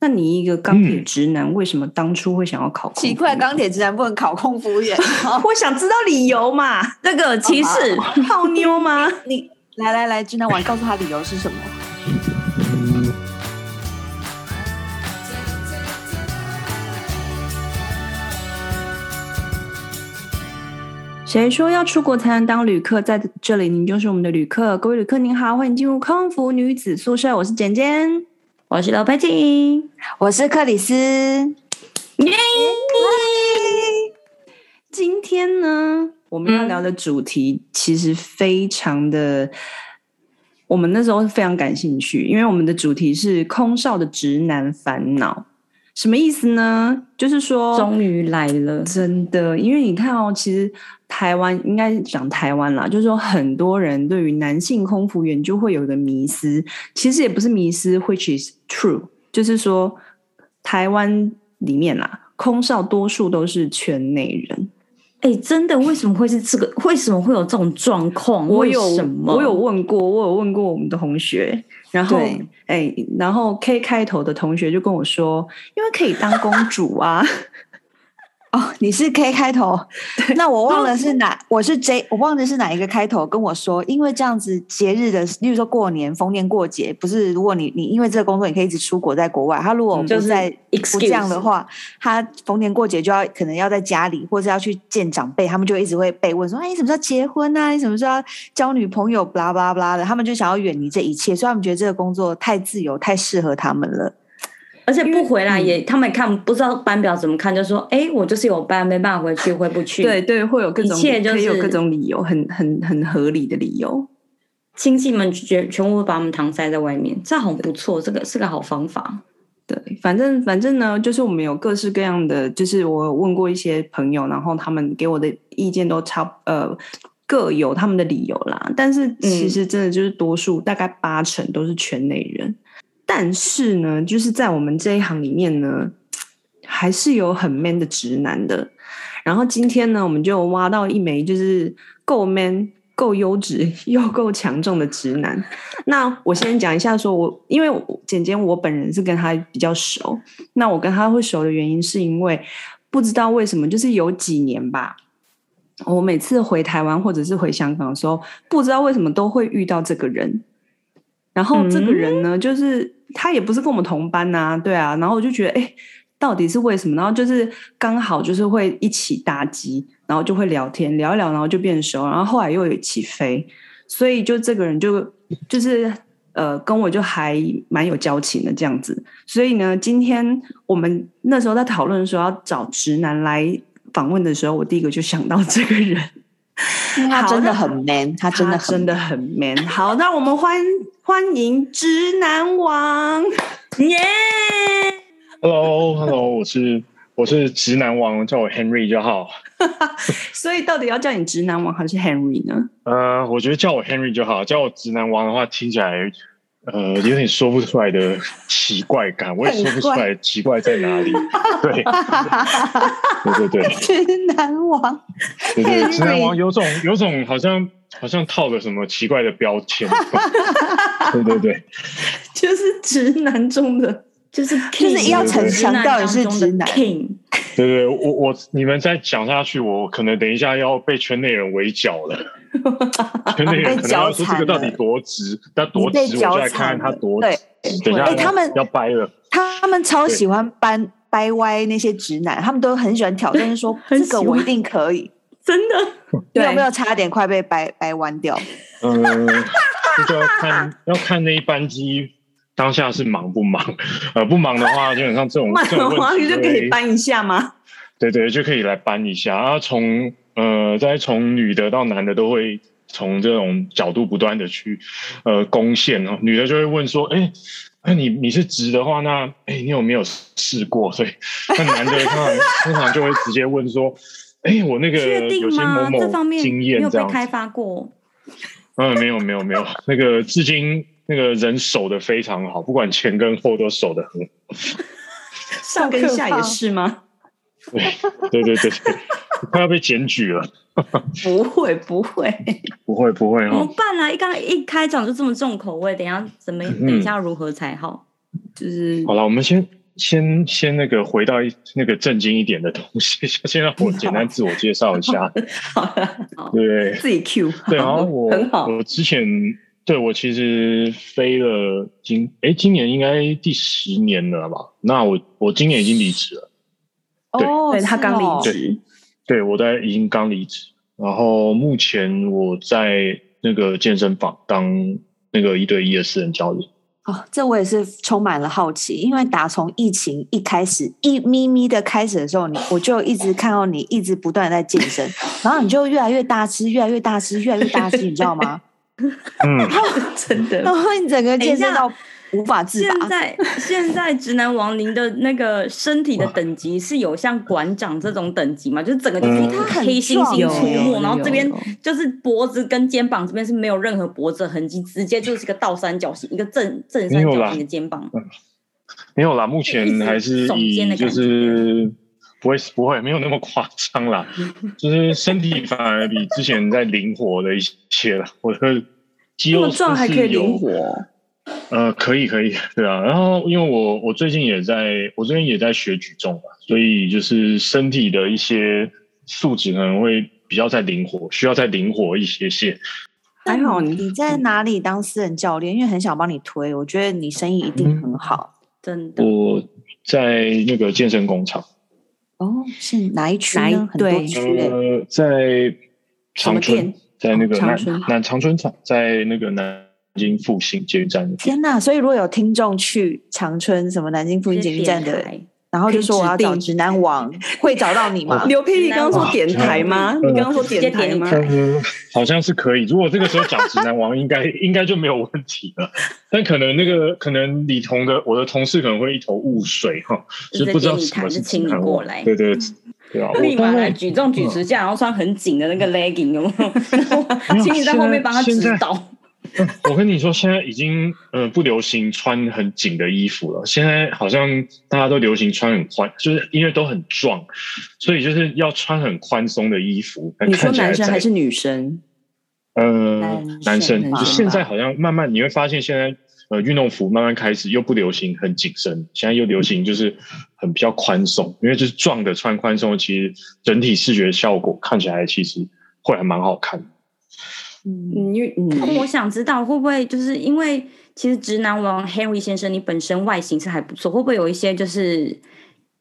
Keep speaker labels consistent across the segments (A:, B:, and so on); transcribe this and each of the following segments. A: 那你一个钢铁直男，为什么当初会想要考空服
B: 奇
A: 员？
B: 怪，钢铁直男不能考空服务 员。好
A: 我想知道理由嘛？那个歧视 泡妞 吗？
B: 你来来来，直男王，告诉他理由是什么？
A: 谁说要出国才能当旅客？在这里，您就是我们的旅客。各位旅客，您好，欢迎进入康福女子宿舍。我是简简，我是老白景。
B: 我是克里斯。
A: 耶！今天呢，我们要
B: 嗯
A: 聊的主题其实非常的，我们那时候非常感兴趣，因为我们的主题是空少的直男烦恼。什么意思呢？就是说，
C: 终于来了，
A: 真的，因为你看哦，其实台湾应该讲台湾啦，就是说很多人对于男性空服员就会有个迷思，其实也不是迷思，which is true，就是说台湾里面啦，空少多数都是圈内人。
C: 哎、真的，为什么会是这个？为什么会有这种状况？
A: 我有
C: 为什么？
A: 我有问过，我有问过我们的同学，然后
B: 对
A: 哎、然后 K 开头的同学就跟我说，因为可以当公主啊。
B: 哦，你是 K 开头，那我忘了是 哪，我是 J，我忘了是哪一个开头跟我说，因为这样子节日的，例如说过年、逢年过节，不是如果你你因为这个工作，你可以一直出国在国外，他如果
C: 嗯就
B: 不
C: 是
B: 在、不
C: excuse
B: 这样的话，他逢年过节就要可能要在家里，或者要去见长辈，他们就一直会被问说，哎，你什么时候结婚啊？你什么时候要交女朋友？巴拉巴拉巴拉的，他们就想要远离这一切，所以他们觉得这个工作太自由，太适合他们了。
C: 而且不回来也，他们看不知道班表怎么看，就说：“哎、我就是有班，没办法回去，回不去。”
A: 对，对，会有各种
C: 一切就
A: 可以有
C: 是
A: 各种理由，很很很合理的理由。
C: 亲戚们全全部哎把我们搪塞在外面，这很不错，这个是个好方法。
A: 对，反正反正呢，就是我们有各式各样的，就是我问过一些朋友，然后他们给我的意见都差不呃各有他们的理由啦。但是其实真的就是多数，大概八成都是圈内人。但是呢，就是在我们这一行里面呢，还是有很 man 的直男的。然后今天呢，我们就挖到一枚就是够 man、够优质又够强壮的直男。那我先讲一下说我因为我简简我本人是跟他比较熟， 那我跟他会熟的原因是因为不知道为什么，就是有几年吧，我每次回台湾或者是回香港的时候，不知道为什么都会遇到这个人。然后这个人呢，就是他也不是跟我们同班呐、对啊，然后我就觉得，哎，到底是为什么？然后就是刚好就是会一起打击，然后就会聊天，聊一聊，然后就变熟，然后后来又一起飞，所以就这个人就就是呃，跟我就还蛮有交情的这样子。所以呢，今天我们那时候在讨论说要找直男来访问的时候，我第一个就想到这个人，
C: 嗯
B: 因为他
A: 好
B: 真的
A: 那
B: 很 man，他真的很
A: 真的很 man。好，那我们欢欢迎直男王。
C: 耶、
D: Hello，Hello，我是我是直男王，叫我 Henry 就好。
A: 所以到底要叫你直男王还是 Henry 呢？
D: 呃，我觉得叫我 Henry 就好，叫我直男王的话，听起来呃有点说不出来的奇怪感，我也说不出来奇怪在哪里。对，对对对
B: 直男王，
D: 对对，直男
B: Henry
D: 王有种有种好像好像套了什么奇怪的标签。 对对对，
A: 就是直男中的，
C: 就是 king,
B: 就是要
D: 很
C: 直男
B: 强调你是
C: 当中的
B: 直男
C: king，
D: 对对，我我你们再讲下去，我可能等一下要被圈内人围剿了。圈内人可能要说这个到底多值，那多
B: 你被
D: 值，我
B: 绞
D: 就来看看他多
B: 惨了
D: 值。等一下要、
B: 哎他们
D: 要掰了，
B: 他们超喜欢搬掰歪那些直男，他们都很喜欢挑战，就 说
C: 很
B: 这
C: 喜
B: 个
C: 欢
B: 我一定可以。
C: 真 的
B: 你
A: 对
B: 有没有差点快被掰掰弯掉？
D: 嗯，这就要看要看那一班机当下是忙不忙，呃，不忙的话，基本上这种
A: 慢
D: 这种
A: 的话
D: 问题
A: 就可以
D: 会
A: 搬一下吗？
D: 对对，就可以来搬一下。然后从呃，再从女的到男的都会从这种角度不断的去呃攻陷哦。女的就会问说：“哎，那你你是直的话，那哎你有没有试过？”所以那男的通常通常就会直接问说：“哎，我那个
C: 确
D: 有
C: 定
D: 些某
C: 吗？这方
D: 某
C: 面
D: 经
C: 没
D: 验
C: 有
D: 这
C: 被
D: 样子。
C: 开发过。”
D: 嗯，没有没有没有，那个至今那个人守的非常好，不管前跟后都守的很好。
A: 上跟下也是吗？
D: 对对对对， 快要被检举了，
A: 不会，不会。
D: 不会不会哦
C: 怎么
D: 哈。
C: 办啊？一刚一开场就这么重口味，等一下怎么
D: 嗯
C: 等一下如何才好？
A: 就是
D: 好了，我们先先先那个回到一那个正经一点的东西，先让我简单自我介绍一下。
A: 好了，
D: 对
A: 自己 Q
D: 对，然后我
A: 很好，
D: 我之前对我其实飞了今哎今年应该第十年了吧？那我我今年已经离职了，对
B: 哦，
A: 对他
B: 是
A: 刚
B: 哦
A: 离 职，
D: 对我在已经刚离职，然后目前我在那个健身房当那个一对一的私人教练。
B: 哦，这我也是充满了好奇，因为打从疫情一开始，一咪咪的开始的时候，你我就一直看到你一直不断地在健 身，然后你就越来越大吃，越来越大吃，越来越大吃，你知道 吗？
D: 嗯，
A: 真 的
B: 然后你整个健身到无法自
C: 现
B: 拔。
C: 在现在直男王您的那个身体的等级是有像馆长这种等级吗？就是整个就是
D: 嗯
C: 一
D: 他
B: 很
C: 黑猩
B: 壮
C: 猩
B: 有
C: 出
B: 有
C: 没，然后这边
A: 有
C: 就是脖子跟肩膀这边是没有任何脖子的痕迹，直接就是一个倒三角形，一个正正三
D: 没有
C: 角
D: 啦
C: 形的肩膀。
D: 没有啦，目前还是
C: 一直耸肩
D: 以
C: 的
D: 就
C: 感觉
D: 是不会不会没有那么夸张 啦，就是身体反而比之前在灵活了一些了。 我的肌
A: 这
D: 肉
A: 么壮还可以
D: 是有
A: 灵活哦，
D: 呃，可以可以，对啊。然后因为我我最近也在，我最近也在学举重嘛，所以就是身体的一些素质可能会比较再灵活，需要再灵活一些些。
A: 还好你
B: 你在哪里当私人教练？因为很想帮你推，我觉得你生意一定很好。
C: 真的，
D: 我在那个健身工厂。
B: 哦，是哪一区
A: 哪一
B: 呢？很多
A: 对
B: 区诶、
D: 呃，在
A: 什
D: 长
A: 么
D: 春
A: 店，
D: 在那个
A: 哦长
D: 南
A: 春
D: 南长春厂，在那个南京复兴捷运站那边。
B: 天呐！所以如果有听众去长春什么南京复兴捷运站
C: 谢谢
B: 的，
C: 电台
B: 然后就说我要
A: 可以
B: 找
A: 指定
B: 直男王，会找到 你吗？
A: 刘佩丽刚刚说点台吗？
D: 哇
A: 你刚刚说点台吗？
D: 但是呃好像是可以，如果这个时候讲直男王，应该应该就没有问题了。但可能那个可能李彤的我的同事可能会一头雾水哈，
C: 就是
D: 不知道
C: 建议
D: 什么
C: 他
D: 是
C: 就
D: 直
C: 请你
D: 男
C: 过
D: 王
C: 来嗯
D: 对对对啊，
C: 立
D: 我
C: 马
D: 大概
C: 来举重举十下，然后穿很紧的那个 legging，有没
D: 没
C: 有？
D: 有
C: 请你在后面帮他指导。
D: 我跟你说，现在已经呃不流行穿很紧的衣服了。现在好像大家都流行穿很宽，就是因为都很壮，所以就是要穿很宽松的衣服。
A: 你说
D: 看起来
A: 男生
D: 才
A: 还是女生？
D: 呃
B: 男
D: 男
B: 生
D: 生？
A: 吧
D: 就现在好像慢慢你会发现，现在呃运动服慢慢开始又不流行很紧身，现在又流行就是很比较宽松，因为就是壮的穿宽松的，其实整体视觉效果看起来其实会还蛮好看的。
B: 嗯，
A: 嗯，因为嗯，
C: 我想知道会不会就是因为其实直男王 Henry 先生，你本身外形是还不错，会不会有一些就是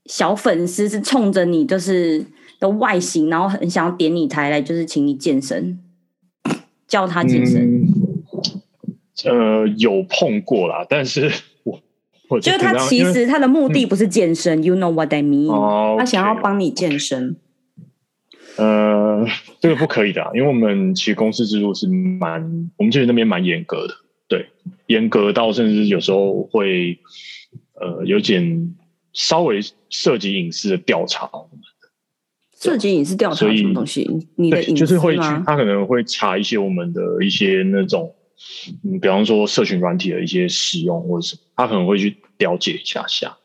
C: 小粉丝是冲着你就是的外形，然后很想要点你台来，就是请你健身，教他健身，
D: 嗯呃，有碰过啦，但是我 我
C: 就是
D: 知
C: 他
D: 道
C: 其
D: 因为嗯
C: 实他的目的不是健身、y o u know what I mean？、
D: 哦，
A: 嗯他想要
D: OK，
A: 帮你健身，
D: 呃，这个不可以的、啊，因为我们其实公司制度是蛮，我们这边那边蛮严格的，对，严格到甚至有时候会呃有点稍微涉及隐私的调查，
A: 涉及隐私调查
D: 所以
A: 什么东西？你的
D: 对，
A: 隐
D: 就是
A: 私
D: 会去，
A: 吗？
D: 他可能会查一些我们的一些那种，嗯，比方说社群软体的一些使用或者什么，他可能会去了解一下下。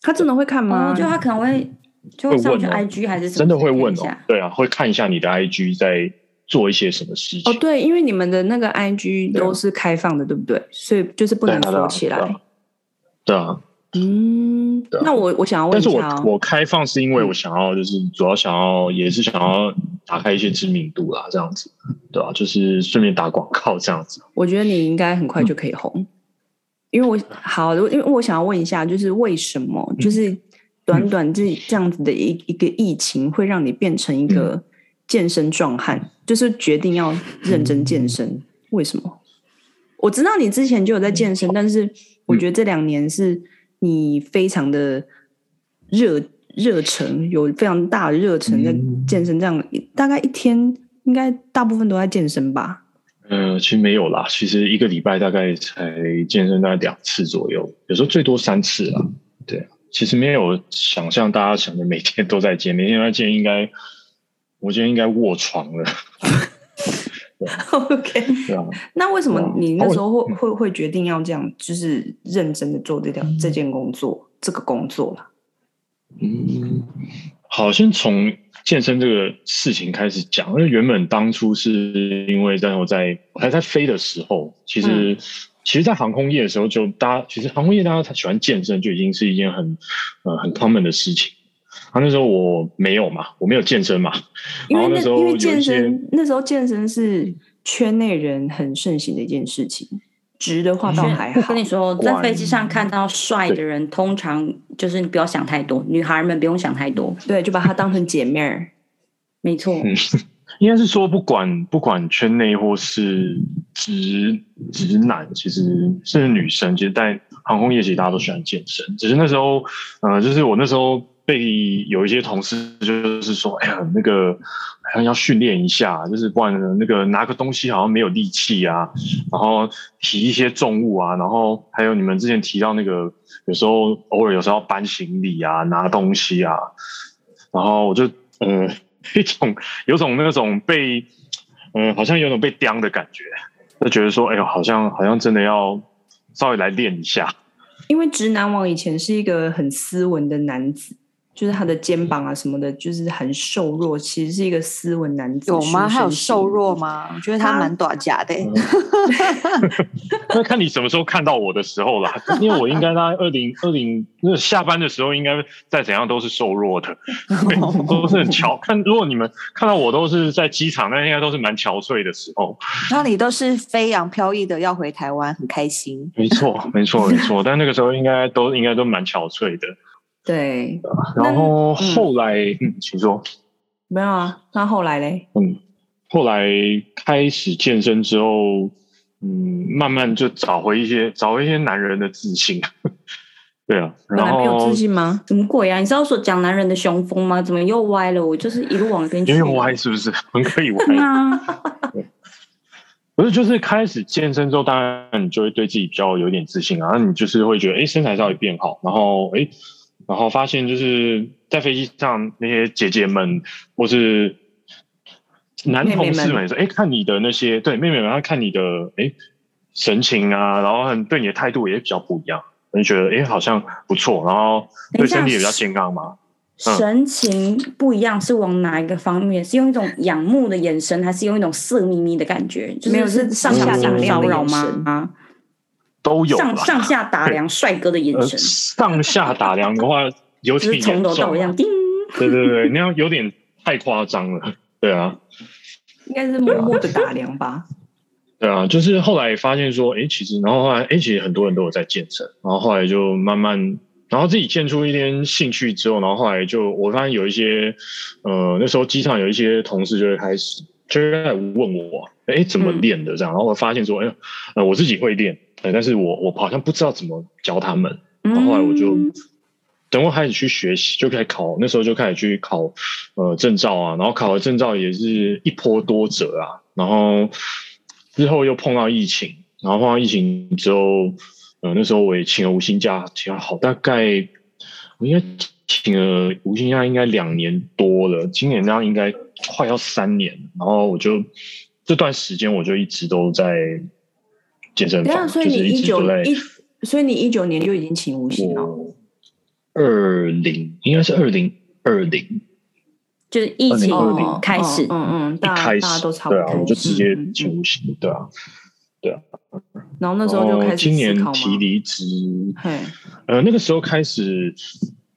A: 他真的会看
C: 哦，
A: 吗？
C: 就他可能会就
D: 会
C: 上
D: 问
C: 去
D: 哦
C: IG 还是什么
D: 真的会
C: 看
D: 问
C: 一
D: 哦
C: 下，
D: 对啊，会看一下你的 IG 在做一些什么事情。
A: 哦，对，因为你们的那个 IG
D: 对啊
A: 都是开放的，对不对？所以就是不能
D: 对啊对啊
A: 锁起
D: 对
A: 来
D: 啊。对啊，
A: 嗯
D: 对啊，
A: 那我我想要问
D: 但
A: 一
D: 是我
A: 下哦，
D: 我开放是因为我想要，就是主要想要也是想要打开一些知名度啦，这样子，对吧、就是顺便打广告这样子。
A: 我觉得你应该很快就可以红，因为我好，因为我想要问一下，就是为什么就是短短这这样子的一一个疫情，会让你变成一个健身壮汉，就是决定要认真健身，为什么？我知道你之前就有在健身，但是我觉得这两年是你非常的热热忱，有非常大的热忱在健身，这样、大概一天应该大部分都在健身吧？
D: 呃，其实没有啦，其实一个礼拜大概才健身大概两次左右，有时候最多三次啦。对啊，其实没有想象大家想的每天都在健，每天都在健应该，我今天应该卧床了。
A: OK，
D: 对啊，
A: 那为什么
D: 对啊
A: 你
D: 啊
A: 那
D: 我
A: 时候会会会决定要这样，就是认真的做这条这件工作，这个工作啦？
D: 嗯，好，先从健身这个事情开始讲，因
A: 嗯
D: 为原本当初是因为在我在我还在飞的时候，其实其实，在航空业的时候就，大家其实航空业大家喜欢健身就已经是一件很呃
A: 嗯
D: 很 common 的事情。啊，那时候我没有嘛，我没有健身嘛，
A: 因
D: 然
A: 为
D: 后
A: 那
D: 时候
A: 因
D: 有
A: 为
D: 一些
A: 健身那时候健身是圈内人很盛行的一件事情，直的话倒还
C: 我
A: 好
C: 跟。你说，
D: 果
C: 在
D: 然
C: 飞机上看到帅的
D: 对
C: 人，通常就是你不要想太多，女孩们不用想太多，
A: 对，就把她当成姐妹儿。
C: 没错。
D: 嗯应该是说，不管不管圈内或是直直男，其实甚至女生，其实，在航空业其实大家都喜欢健身。只是那时候，呃，就是我那时候被有一些同事就是说，哎呀，那个好像要训练一下，就是不然那个拿个东西好像没有力气啊，然后提一些重物啊，然后还有你们之前提到那个，有时候偶尔有时候要搬行李啊，拿东西啊，然后我就呃。 一种有种那种被，嗯、好像有种被刁的感觉，就觉得说，哎呦，好像好像真的要稍微来练一下。
A: 因为直男王以前是一个很斯文的男子，就是他的肩膀啊什么的，就是很瘦弱，其实是一个斯文男子。
B: 有吗？
A: 书生
B: 还有
A: 型
B: 瘦弱？吗？我觉得他
A: 他
B: 蛮短假的欸、
D: 那看你什么时候看到我的时候啦，因为我应该在二零二零那下班的时候，应该再怎样都是瘦弱的，都是很憔。看如果你们看到我都是在机场，那应该都是蛮憔悴的时候。
B: 然后你都是飞扬飘逸的要回台湾，很开心。
D: 没错，没错，没错。但那个时候应该都应该都蛮憔悴的。
A: 对，
D: 然后后来，嗯，请说。
A: 没有啊。那后来嘞？
D: 嗯，后来开始健身之后，嗯，慢慢就找回一些找回一些男人的自信。 对啊，
A: 本
D: 然
A: 来没有
D: 后
A: 自信吗？
C: 什么鬼啊？你是要说讲男人的雄风吗？怎么又歪了？我就是一路往边去。
D: 有点歪嗯是不是？ 很可以歪。
C: 对啊，
D: 不是，就是开始健身之后，当然你就会对自己比较有点自信啊，然后你就是会觉得，哎、身材稍微变好，然后哎、诶然后发现就是在飞机上那些姐姐们或是男同事
A: 妹妹
D: 们
A: 们
D: 也说，哎、看你的那些对妹妹们，她看你的哎、诶神情啊，然后很对你的态度也比较不一样，你就觉得哎、诶好像不错，然后对身体也比较健康嘛，
C: 神情不一样是往哪一个方面？是用一种仰慕的眼神，还是用一种色眯眯的感觉？就是
A: 没有
C: 是
A: 是
C: 上下
D: 上下
C: 打
D: 打
C: 骚
A: 量的
C: 扰
A: 眼
C: 吗
A: 神？
C: 啊，
D: 都有
C: 上
D: 了。
C: 上下打量帅哥的眼
D: 呃，
C: 神，
D: 上下打量的话，有
C: 就
D: 点
C: 是从
D: 严
C: 头到
D: 重
C: 尾这
D: 啊
C: 样。叮。
D: 对对对，那样有点太夸张了。对啊，
A: 应该是默默的打量吧。
D: 对啊，就是后来发现说，哎，其实，然后后来，哎，其实很多人都有在健身，然后后来就慢慢，然后自己建出一点兴趣之后，然后后来就我发现有一些，呃，那时候机场有一些同事就会开始就会来问我，哎，怎么练的这样，然后我发现说，哎，呃，我自己会练，呃但是我我好像不知道怎么教他们，然啊后后来我就
C: 嗯
D: 等我开始去学习，就开始考，那时候就开始去考呃证照啊，然后考了证照也是一波多折啊，然后之后又碰到疫情，然后碰到疫情之后，呃那时候我也请了无薪假，请了好大概我应该请了无薪假应该两年多了，今年这样应该快要三年，然后我就这段时间我就一直都在健身
A: 对啊，
D: 房，
A: 所以
D: 就是
A: 你
D: 一直
A: 九
D: 都在。
A: 一，所以你一九年就已经请无薪了。
D: 我二零应该是二零二零
C: 就是疫情
D: 2020
C: 开始，
A: 哦嗯嗯，
D: 一
A: 大家
D: 开
A: 大家
D: 始
A: 都，差不
D: 对
A: 多。
D: 啊，我就直接
A: 嗯嗯嗯
D: 请无薪，对啊。
A: 然后那时候就
D: 然后
A: 开始
D: 哦今年
A: 思考嘛
D: 提离职，
A: 嘿，
D: 呃，那个时候开始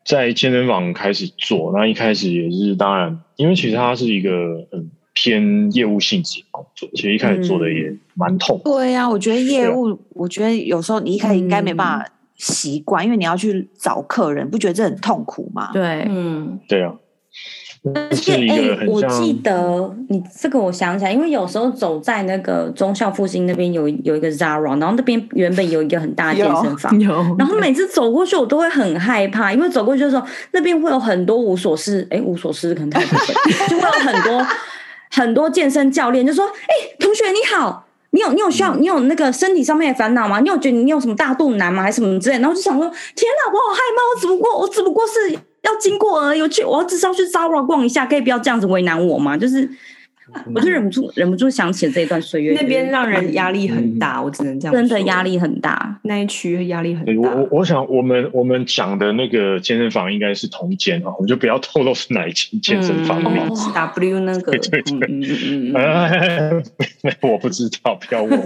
D: 在健身房开始做，那一开始也是当然，因为其实它是一个嗯偏业务性质的工作，其实一开始做的也
A: 嗯
D: 蛮痛，
B: 对呀、我觉得业
D: 对啊
B: 务，我觉得有时候你一开始应该没办法习惯，因为你要去找客人，不觉得这很痛苦吗？
C: 对，
A: 嗯，
D: 对啊，
C: 而且
D: 是一
C: 哎
D: 个，很
C: 我
D: 像
C: 记得你这个，我想起来，因为有时候走在那个忠孝复兴那边有有一个 Zara，然后那边原本有一个很大的健身房，
A: 有
C: 然后每次走过去我都会很害怕，因为走过去的时候那边会有很多无所事，哎，无所事可能太过分，就会有很多很多健身教练就说，哎，同学你好。你有你有需要你有那个身体上面的烦恼吗？你有觉得你有什么大肚腩吗？还是什么之类的？然后就想说，天哪，我好害怕！我只不过我只不过是要经过而已，我去我只是要去 Zara 逛一下，可以不要这样子为难我吗？就是我就忍不住忍不住想起这一段岁
A: 嗯
C: 月，嗯
A: 那边让人压力很
D: 嗯
A: 大，我只能这样说。
C: 真的压力很大。
A: 那一区压力很
D: 对我
A: 大
D: 我。我想我们我们讲的那个健身房应该是同一间啊，我们就不要透露是哪一间健身房的名字。
A: 嗯 W 那个，嗯嗯嗯嗯嗯，
D: 哎， 我不知道，不要 问我。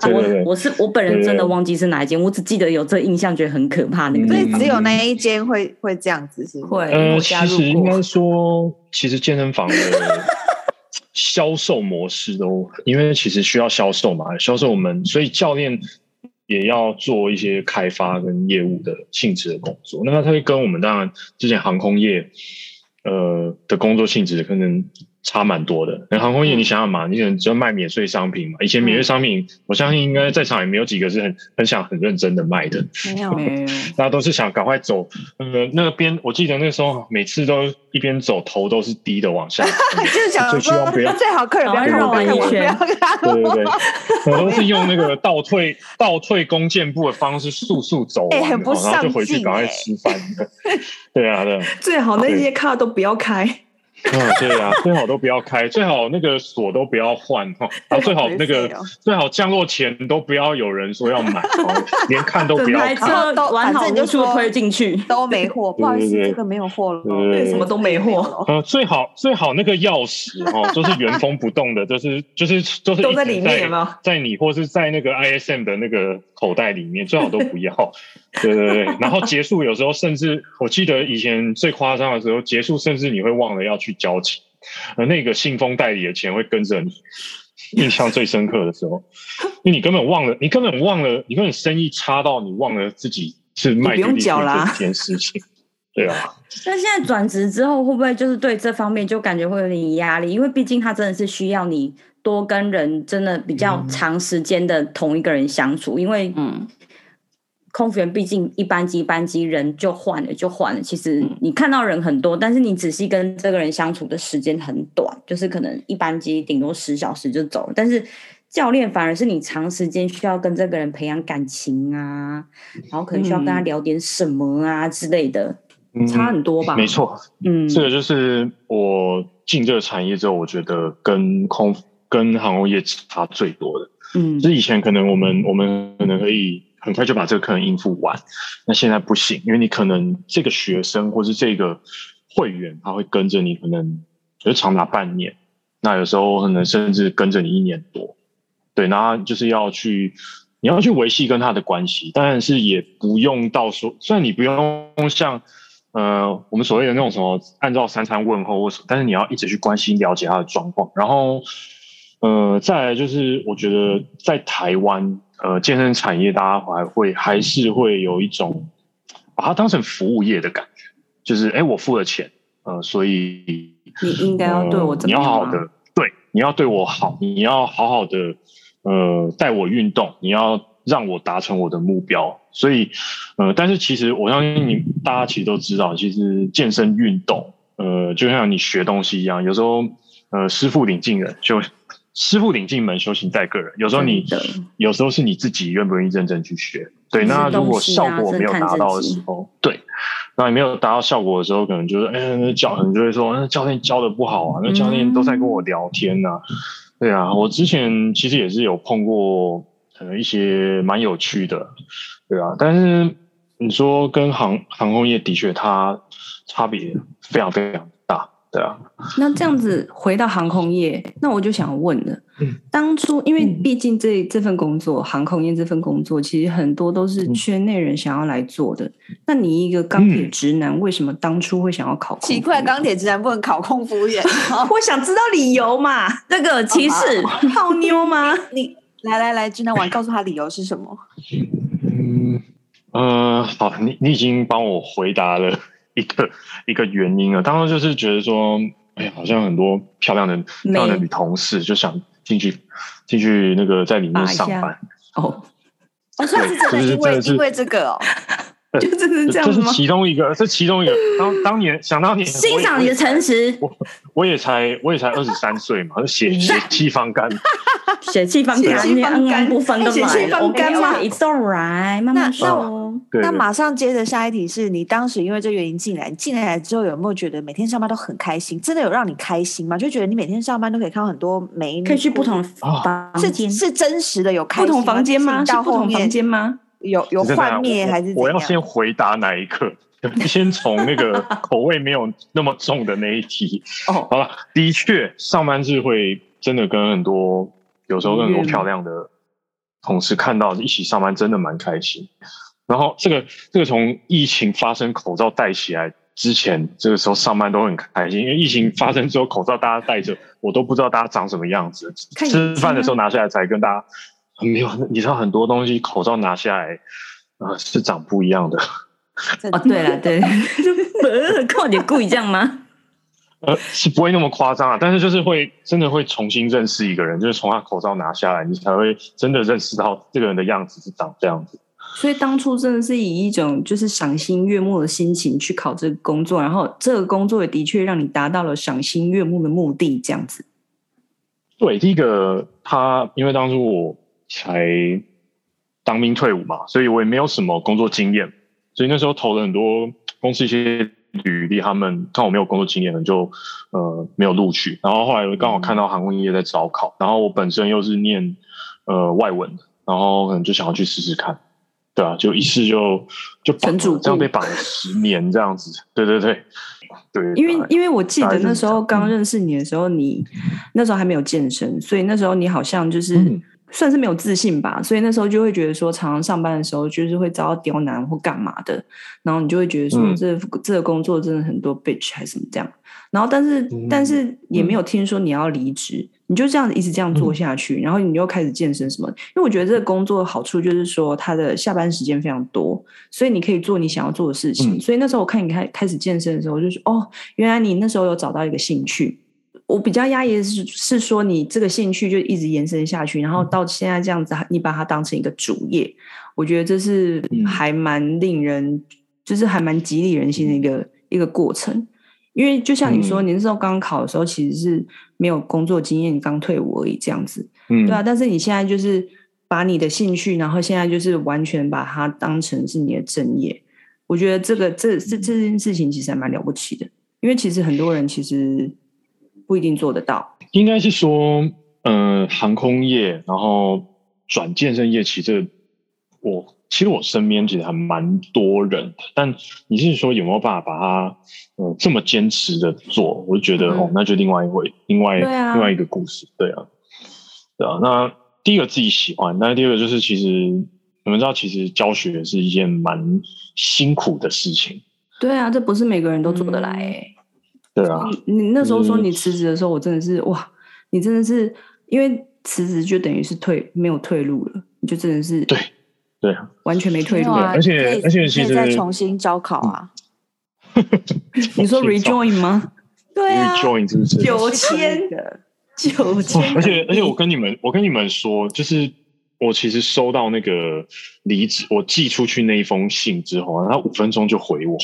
D: 对对对
C: 啊我，我是我本人真的忘记是哪一间，我只记得有这印象，觉得很可怕那个
D: 嗯
B: 所
C: 地
B: 以
C: 方。
B: 只有那一间会会这样子，是不是
A: 会，
D: 呃，
A: 我
D: 其
A: 加入
D: 实应
A: 过
D: 该说，其实健身房 的销售模式都，因为其实需要销售嘛，销售我们，所以教练也要做一些开发跟业务的性质的工作。那它会跟我们当然之前航空业呃的工作性质可能。差蛮多的。那航
A: 嗯
D: 空业，你想想嘛，你可能只要卖免税商品嘛。以前免税商品，我相信应该在场也没有几个是很很想很认真的卖的。
B: 没有
A: 没有，
D: 大家都是想赶快走。呃，那边我记得那时候每次都一边走头都是低的往 下，
B: 就是想
D: 就希望不要
B: 说最好客人不要
C: 赶
B: 让
C: 快
D: 绕完
B: 我
D: 一
B: 看我不
C: 圈
B: 要跟他
D: 对对对，我都是用那个倒退 倒退弓箭步的方式速速走完，哦
B: 哎很不
D: 然后就回
B: 上
D: 去
B: 进
D: 赶快
B: 哎
D: 吃饭。 对啊，对啊，
A: 最好那些卡都不要开，
D: 嗯，对啊，最好都不要开，最好那个锁都不要换哈，然 后最好那
B: 对
D: 个
B: 哦
D: 最好降落前都不要有人说要买，哦 连看都不
C: 整
D: 要
C: 台
D: 看。
C: 车完好无数地推进去，
B: 都没货，不好意思，
D: 对对对
B: 这个没有货了。
D: 对对 对
A: 什么都没货，
D: 呃，最好最好那个钥匙哦，就是原封不动的，就是就是就是
A: 都
D: 一
A: 在
D: 直
A: 里面有没有？
D: 在你或是在那个 ISM 的那个口袋里面，最好都不要。对对对，然后结束有时候甚至，我记得以前最夸张的时候，结束甚至你会忘了要去交钱，而那个信封袋里的钱会跟着你。印象最深刻的时候，因为你根本忘了，你根本忘了，你根本生意差到你忘了自己是卖
A: 你不用
D: 给你
A: 缴啦
D: 这件事情。对啊，
C: 那现在转职之后，会不会就是对这方面就感觉会有点压力？因为毕竟他真的是需要你多跟人真的比较长时间的同一个人相处，因为
A: 嗯，
C: 空服员毕竟一班级一班级人就换了就换了，其实
A: 嗯
C: 你看到人很多，但是你仔细跟这个人相处的时间很短，就是可能一班机顶多十小时就走了，但是。教练反而是你长时间需要跟这个人培养感情啊，然后可能需要跟他
A: 嗯
C: 聊点什么啊之类的。
D: 嗯
A: 差很多吧？
D: 没错，
C: 嗯，
D: 这个就是我进这个产业之后，我觉得跟空跟航空业差最多的。
C: 嗯
D: 就是以前可能我们我们可能可以很快就把这个客人应付完，那现在不行，因为你可能这个学生或是这个会员，他会跟着你，可能就长达半年，那有时候可能甚至跟着你一年多。对，那就是要去，你要去维系跟他的关系，但是也不用到说，虽然你不用像呃我们所谓的那种什么按照三餐问候或什么，但是你要一直去关心了解他的状况，然后呃再来就是我觉得在台湾呃健身产业大家还会还是会有一种把它当成服务业的感觉，就是哎我付了钱，呃所以
A: 你应该要对我怎么样
D: 呃
A: 啊
D: 你要好好的，对，你要对我好，你要好好的，呃，带我运动，你要让我达成我的目标。所以，呃，但是其实我相信你大家其实都知道，其实健身运动，呃，就像你学东西一样，有时候，呃，师傅领进人，就师傅领进门，修行在个人。有时候你
C: 真的，
D: 有时候是你自己愿不愿意认真去学。对，
C: 嗯
D: 那如果
A: 啊
D: 效果没有达到
C: 这东
D: 的
C: 西
D: 时候，对，那你没有达到效果的时候，可能就是，哎、那教可能就会说，那教练教的不好啊，那教练都在跟我聊天呐、 对啊，我之前其实也是有碰过，呃，一些蛮有趣的，对啊，但是你说跟航航空业的确它差别非常非常大，对啊，
A: 那这样子回到航空业，那我就想问了，
D: 嗯
A: 当初因为
D: 嗯
A: 毕竟这这份工作，航空业这份工作，其实很多都是
D: 嗯
A: 圈内人想要来做的。那你一个钢铁
D: 嗯
A: 直男，为什么当初会想要考？
B: 奇怪，，钢铁直男不能考空服务员。
A: 我想知道理由嘛，
C: 这个歧视，
A: 泡妞 吗？
B: 你来来来，直男王，告诉他理由是什么？
D: 嗯，呃，好，你你已经帮我回答了 一个一个原因了。当时就是觉得说，哎呀，好像很多漂亮的漂亮的
A: 美
D: 女同事就想进去进去那个在里面
A: 把一
D: 上
A: 下
D: 班，
A: 哦，
B: 我说是真的，
D: 就是
B: 因为
D: 真的是
B: 因为这个哦，
A: 就真的是这
D: 这
A: 样
D: 这
A: 子
D: 是
A: 吗？
D: 其中一个，这其中一个。当当年想当年，
C: 欣赏你的诚实，
A: 啊
D: 我也才我也才二十三岁嘛，就血血气方刚。
C: 血气方
A: 血
C: 刚，
A: 气
C: 你
A: 方
C: 嗯
A: 刚
C: 嗯不分
B: 哎
C: 都
B: 血
C: 来
B: 气
C: 了，
B: 方
C: 我们
B: 刚吗
C: i t s alright，慢慢
B: 那那我
C: 说。
D: 对
B: 那
D: 对
B: 马上接着下一题是你当时因为这原因进来，你进来之后有没有觉得每天上班都很开心？真的有让你开心吗？就觉得你每天上班都可以看到很多美女，
C: 可以去不同的
D: 啊
C: 房
A: 哦
C: 间
B: 是，是真实的有开
A: 不
B: 心吗
A: 同房间吗？
B: 进
A: 是
B: 到
A: 不
B: 后
A: 同
B: 面
A: 房间吗？
B: 有有
D: 是这样
B: 幻灭
D: 我
B: 还是怎
D: 我要
B: 样？
D: 先回答哪一个？ 先从那 个口味没有那么重的那一题。
A: 哦
D: 好了，的确，上班是会真的跟很多有时候跟
B: 嗯
D: 很多漂亮的同事看到一起上班，真的蛮开心。然后这个这个从疫情发生口罩戴起来之前，这个时候上班都很开心，因为疫情发生之后口罩大家戴着，我都不知道大家长什么样子。
A: 看眼
D: 吃
A: 睛
D: 饭的时候
A: 啊
D: 拿下来才跟大家没有，你知道很多东西口罩拿下来啊、呃是长不一样的。
A: 哦，对了，对，
C: 呃 靠，你故意这样吗？
D: 呃，是不会那么夸张啊，但是就是会真的会重新认识一个人，就是从他口罩拿下来，你才会真的认识到这个人的样子是长这样子。
A: 所以当初真的是以一种就是赏心悦目的心情去考这个工作，然后这个工作也的确让你达到了赏心悦目的目的，这样子。
D: 对，第一个他因为当初我才当兵退伍嘛，所以我也没有什么工作经验，所以那时候投了很多公司一些履历，他们看我没有工作经验，就呃没有录取。然后后来刚好看到航空业在招考，然后我本身又是念呃外文的，然后可能就想要去试试看，对啊，就一试就就绑
A: 纯主
D: 了，
A: 顾
D: 这样被绑了十年这样子，对对对对，
A: 因为
D: 大概
A: 因为我记
D: 大概
A: 得
D: 是
A: 那
D: 这
A: 时候
D: 样
A: 刚
D: 嗯
A: 认识你的时候，你那时候还没有健身，所以那时候你好像就是、
D: 嗯
A: 算是没有自信吧，所以那时候就会觉得说，常常上班的时候就是会遭到刁难或干嘛的，然后你就会觉得说
D: 嗯
A: 这、这个工作真的很多 bitch 还是什么这样，然后但是、
D: 嗯
A: 但是也没有听说你要离职，你就这样一直这样做
D: 嗯
A: 下去，然后你又开始健身什么，因为我觉得这个工作的好处就是说它的下班时间非常多，所以你可以做你想要做的事情，
D: 嗯
A: 所以那时候我看你开开始健身的时候，我就说哦，原来你那时候有找到一个兴趣。我比较压抑的是是说你这个兴趣就一直延伸下去，然
D: 嗯
A: 后到现在这样子，你把它当成一个主业，我觉得这是
D: 嗯
A: 还蛮令人，就是还蛮激励人心的一个、一个过程。因为就像你说，
D: 嗯
A: 你那时候刚考的时候其实是没有工作经验，你刚退伍而已这样子，
D: 嗯
A: 对啊。但是你现在就是把你的兴趣，然后现在就是完全把它当成是你的正业，我觉得这个这这
D: 嗯
A: 这件事情其实还蛮了不起的。因为其实很多人其实不一定做得到。
D: 应该是说，呃，航空业，然后转健身业，其实我其实我身边其实还蛮多人的，但你是说有没有办法把它呃这么坚持的做？我就觉得、
A: 嗯
D: 哦，那就另外一位，另外、
A: 对啊
D: 另外一个故事，对啊，对啊。那第一个自己喜欢，那第二个就是其实你们知道，其实教学是一件蛮辛苦的事情，
A: 对啊，这不是每个人都做得来、
C: 嗯
A: 欸。
D: 对啊，
A: 你你那时候说
D: 嗯
A: 你辞职的时候，我真的是哇，你真的是因为辞职就等于是退没有退路了，你就真的是
D: 对对啊。
A: 完全没退
B: 没
A: 路
B: 有
D: 对
A: 了。
B: 啊
D: 而且
B: 可以
D: 而且
B: 可以
D: 其实嗯
B: 再重新招考啊，
A: 你说 rejoin 吗？
B: 对啊，
D: rejoin 是不是？
A: 九
B: 是 可以
A: 千
B: 的
A: 九千，
D: 而且而且我跟你们我跟你们说，就是我其实收到那个离职，我寄出去那一封信之后啊，他五分钟就回我，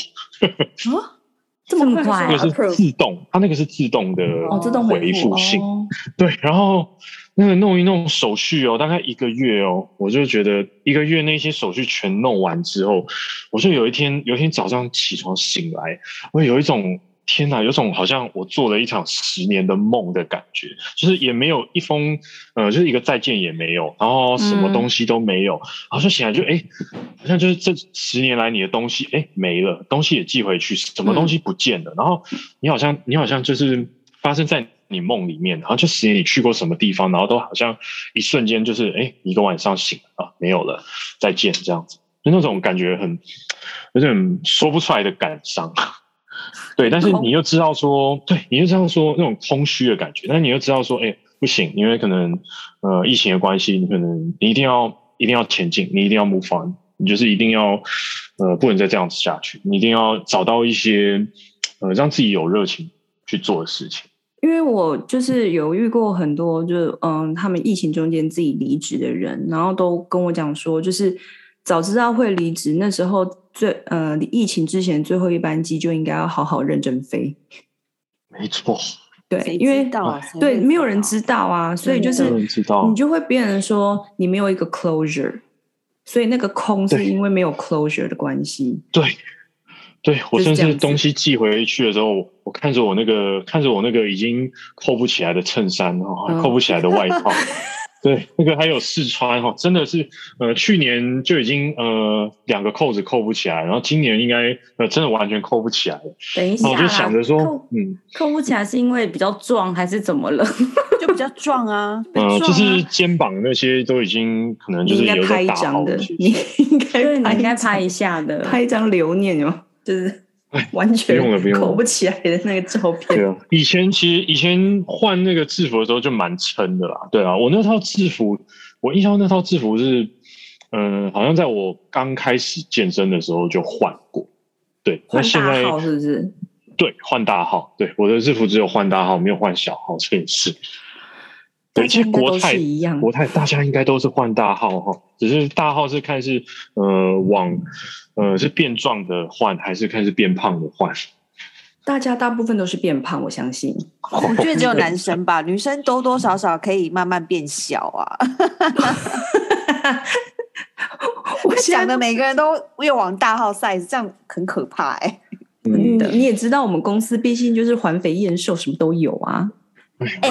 C: 这么
D: 那
C: 快
D: 个
C: 啊，
D: 是自动，他那个是自动的
A: 哦，自动
D: 回
A: 复
D: 复信，
A: 哦
D: 对，然后那个弄一弄手续哦，大概一个月哦，我就觉得一个月那些手续全弄完之后，我就有一天有一天早上起床醒来，我有一种天哪，有种好像我做了一场十年的梦的感觉，就是也没有一封呃，就是一个再见也没有，然后什么
A: 嗯
D: 东西都没有，然后就醒来就哎，好像就是这十年来你的东西哎没了，东西也寄回去，什么
A: 嗯
D: 东西不见了，然后你好像你好像就是发生在你梦里面，然后就十年你去过什么地方，然后都好像一瞬间就是哎一个晚上醒了啊没有了，再见这样子，就那种感觉很有点说不出来的感伤。 对，但是你又知道说，对，你又知道说那种空虚的感觉，但是你又知道说，哎、不行，因为可能呃疫情的关系，你可能你一定要一定要前进，你一定要 move on，你就是一定要呃不能再这样子下去，你一定要找到一些呃让自己有热情去做的事情。
A: 因为我就是有遇过很多，就是嗯，他们疫情中间自己离职的人，然后都跟我讲说，就是早知道会离职，那时候最呃疫情之前最后一班机就应该要好好认真飞。
D: 没错，
A: 对，
B: 谁
A: 因为
B: 知道
D: 哦
B: 啊谁
A: 对
B: 会
A: 没有
B: 知
A: 人
B: 道
A: 知道啊，所以就
D: 没
A: 是
D: 有人知道
A: 你就会变成说你没有一个 closure，所以那个空是
D: 对
A: 因为没有 closure 的关系。
D: 对，对我
A: 就是
D: 甚
A: 这样
D: 至
A: 子
D: 东西寄回去的时候，我我看着我那个看着我那个已经扣不起来的衬衫哦，
A: 嗯
D: 还扣不起来的外 套，对，那个还有试穿哦，真的是呃，去年就已经呃两个扣子扣不起来，然后今年应该呃真的完全扣不起来了，
C: 等一
D: 然
A: 啊
D: 后
C: 下
D: 哦我就
C: 啦，
D: 想着说
C: 扣，
D: 嗯
C: 扣不起来是因为比较壮还是怎么了？
B: 就比较 壮啊。
D: 呃，
A: 撞
D: 就
A: 啊
D: 是肩膀那些都已经可能就
A: 你
D: 是
A: 应该
D: 有
A: 拍
D: 点
A: 一
D: 打
A: 张
D: 好
A: 的
D: 了其，实
A: 你应该
C: 对，你应该
A: 拍
C: 拍
A: 一
C: 一下的。
A: 拍一张留念哦， 就是完全
D: 用了不用了
A: 哎口不起来的那个照
D: 对
A: 片。
D: 啊，以前其实以前换那个制服的时候就蛮撑的啦。对啊，我那套制服，我印象那套制服是，嗯、好像在我刚开始健身的时候就换过。对，那
A: 换
D: 现在
A: 大号是不是？
D: 对换大号，对我的制服只有换大号，没有换小号，这也是。
A: 大家
D: 对，其实
A: 应该
D: 国
A: 都
D: 泰
A: 是一样。
D: 国泰大家应该都是换大号哈，只是大号是看是呃往呃是变壮的换，还是看是变胖的换。
A: 大家大部分都是变胖，我相信。
B: 我觉得只有男生吧，女生多多少少可以慢慢变小啊。
A: 我现
B: 讲
A: 在
B: 的每个人都越往大号 size，这样很可怕哎、
A: 嗯
D: 嗯，
A: 你也知道，我们公司毕竟就是环肥燕瘦，什么都有啊。
B: 哎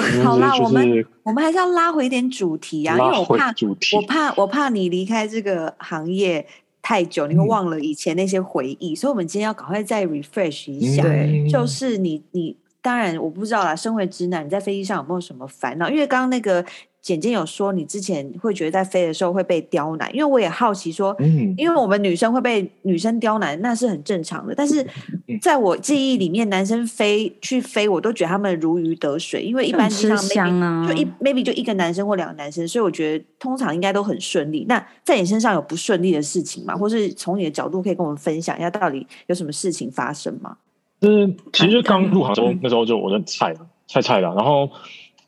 D: 反正
B: 好啦
D: 就是
B: 我们我们还是要拉回一点主题啊，因为
D: 拉
B: 我
D: 回
B: 怕
D: 主题
B: 我怕我怕你离开这个行业太久，你会
D: 嗯
B: 忘了以前那些回忆，所以我们今天要赶快再 refresh
D: 嗯
B: 一下。
A: 对
C: 嗯
B: 就是你你当然我不知道啦，身为直男，你在飞机上有没有什么烦恼？因为刚刚那个简简有说，你之前会觉得在飞的时候会被刁难，因为我也好奇说，
D: 嗯
B: 因为我们女生会被女生刁难，那是很正常的。但是
C: 嗯
B: 在我记忆里面，男生飞去飞，我都觉得他们如鱼得水，因为一般机
C: 吃
B: 上 maybe
C: 香啊，
B: 就一 maybe 就一个男生或两个男生，所以我觉得通常应该都很顺利。那在你身上有不顺利的事情吗？或是从你的角度可以跟我们分享一下，到底有什么事情发生吗？
D: 就是其实刚入行的时候，那时候就我很菜了，菜菜的，然后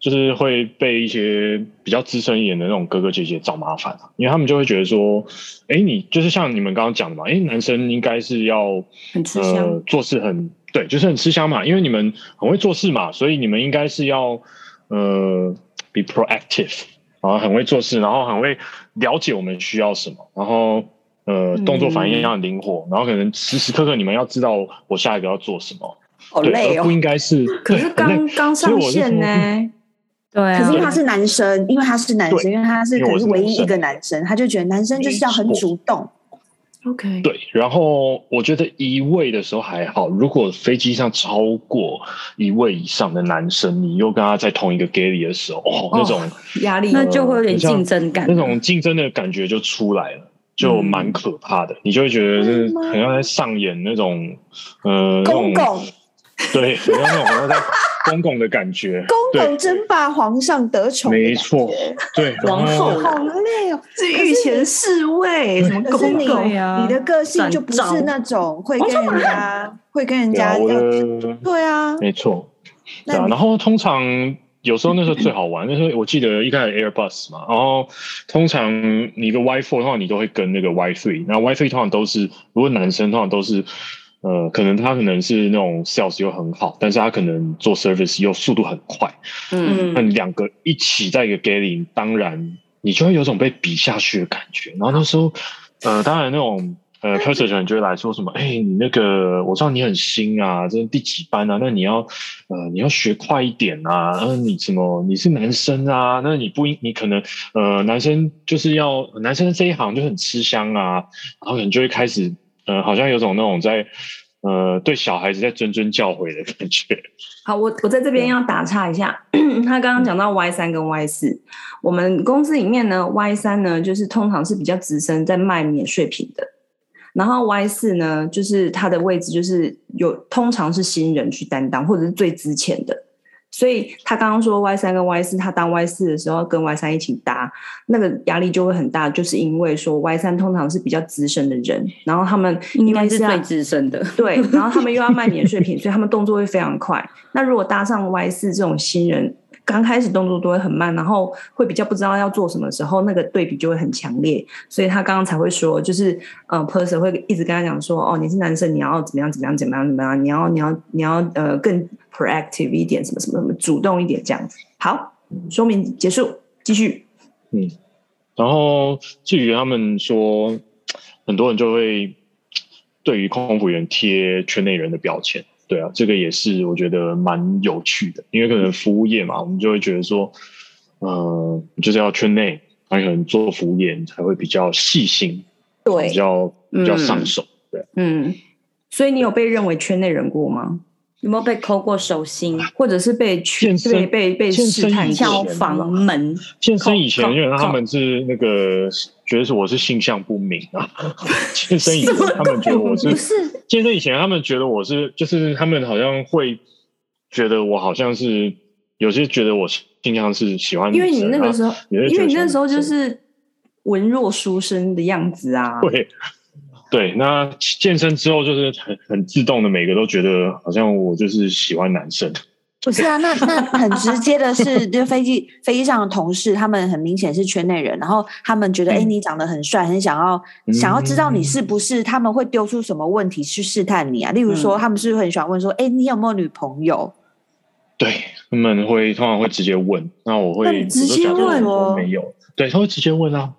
D: 就是会被一些比较资深一点的那种哥哥姐姐找麻烦啊，因为他们就会觉得说，哎，你就是像你们刚刚讲的嘛，哎，男生应该是要
C: 很吃
D: 呃
C: 香。
D: 做事很对，就是很吃香嘛，因为你们很会做事嘛，所以你们应该是要呃 be proactive，然后很会做事，然后很会了解我们需要什么，然后呃动作反应要很灵活，然后可能时时刻刻你们要知道我下一个要做什么，
B: 好
C: 呃
D: 对，
B: 累
D: 而
B: 哦
D: 不。应该是
A: 可
D: 对
A: 是
D: 很累
A: 刚刚
D: 所以
A: 上
D: 我就
A: 线
D: 说
A: 呢、
B: 可
C: 对啊
B: 是因为，他是男生，因为他是男生，因为他
D: 嗯
B: 是
D: 因为我
B: 可能
D: 是
B: 是唯一
D: 男生
B: 一个男生，他就觉得男生就是要很
D: 没错
B: 主动。
A: o k
D: 对，然后我觉得一位的时候还好，如果飞机上超过一位以上的男生，你又跟他在同一个 galley 的时候，哦，那种、
A: 压力哦
C: 那就会有点
D: 很像
C: 竞争感
D: 那。种竞争的感觉就出来了。就蛮可怕的，你就会觉得是
B: 会吗
D: 很像在上演那种，呃，那种
B: 公公
D: 对，很像那种好像在公公的感觉，
B: 公
D: 对
B: 公争霸皇上得宠，
D: 没错，对，然
C: 皇后
D: 后
B: 好累哦。
A: 是御前侍卫，什么
B: 可是
A: 公
B: 你哎
A: 狗
C: 对啊
B: 你的个性就不
C: 展
B: 是
C: 昭
B: 那种会跟人家会跟人
D: 对啊
B: 家
D: 我
B: 要
D: 的
B: 对啊，
D: 没错，
B: 那
D: 对啊。
B: 你
D: 然后通常有时候那时候最好 玩，那时候我记得一开始 Airbus 嘛，然后通常你的 Y four 的话，你都会跟那个 Y three，那 Y three 通常都是如果男生通常都是。呃，可能他可能是那种 sales 又很好，但是他可能做 service 又速度很快。
A: 嗯，
D: 那
C: 嗯，
D: 你两个一起在一个 galley，当然你就会有种被比下去的感觉。然后那时候，呃，当然那种呃 person 就会来说什么，哎、你那个我知道你很新啊，这是第几班啊？那你要呃你要学快一点啊，嗯、你什么你是男生啊？那你不应你可能呃男生就是要男生这一行就很吃香啊，然后可能就会开始呃好像有种那种在呃对小孩子在谆谆教诲的感觉。
A: 好，我我在这边要打岔一下，他刚刚讲到 Y 三跟 Y 四，我们公司里面呢，Y 三呢就是通常是比较资深在卖免税品的，然后 Y 四呢就是它的位置就是有通常是新人去担当或者是最值钱的，所以他刚刚说 Y 三跟 Y 四，他当 Y 四的时候跟 Y 三一起搭，那个压力就会很大，就是因为说 Y 三通常是比较资深的人，然后他们
C: 应
A: 因为
C: 该是
A: 要
C: 最资 深的。
A: 对，然后他们又要卖免税品，所以他们动作会非常快。那如果搭上 Y 四这种新人，刚开始动作都会很慢，然后会比较不知道要做什么的时候，那个对比就会很强烈。所以他刚刚才会说，就是呃 p e r s o n 会一直跟他讲说，哦，你是男生，你要怎么样怎么样怎么样怎么样，你要你要你要呃更 proactive 一点，什么什么什么，主动一点这样。好，说明结束，继续。
D: 然后至于他们说，很多人就会对于空服员贴圈内人的标签，对啊，这个也是我觉得蛮有趣的，因为可能服务业嘛，我们就会觉得说，呃，你就是要圈内，而且可能做服务业你才会比较细心，比
B: 对，
D: 较比较上
A: 嗯
D: 手，对啊，
A: 嗯，所以你有被认为圈内人过吗？
C: 有没有被抠过手心、
A: 或者是被圈
D: 健身
A: 被被被
D: 健
A: 试
D: 身
A: 探
D: 以前
A: 过
C: 敲
D: 教？
C: 房门？
D: 健身以前，
C: 靠
D: 因为他们是那个觉得是我是性向不明啊。 健身以前，他们 觉得我是
C: 不是
D: 健身以前，他们觉得我是就是他们好像会觉得我好像是有些觉得我性向是喜欢女
A: 因为
D: 生啊，
A: 你那个时候，
D: 有些
A: 因
D: 觉
A: 为
D: 得
A: 你那时候
D: 喜
A: 就
D: 欢女生
A: 是文弱书生的样子啊。
D: 对对。那健身之后，就是很很自动的，每个都觉得好像我就是喜欢男生。
B: 不是啊，那 那很直接的是，就飞机飞机上的同事，他们很明显是圈内人，然后他们觉得，
D: 嗯
B: 哎、你长得很帅，很想要、想要知道
A: 嗯
B: 你是不是，他们会丢出什么问题去试探你啊？例如说，
A: 嗯
B: 他们是不是很喜欢问说，哎、你有没有女朋友？
D: 对，他们会通常会直接问，那我
A: 那
D: 会
A: 你直接
D: 我就假装
A: 问
D: 我
B: 哦
D: 没有，对，他会直接问啊，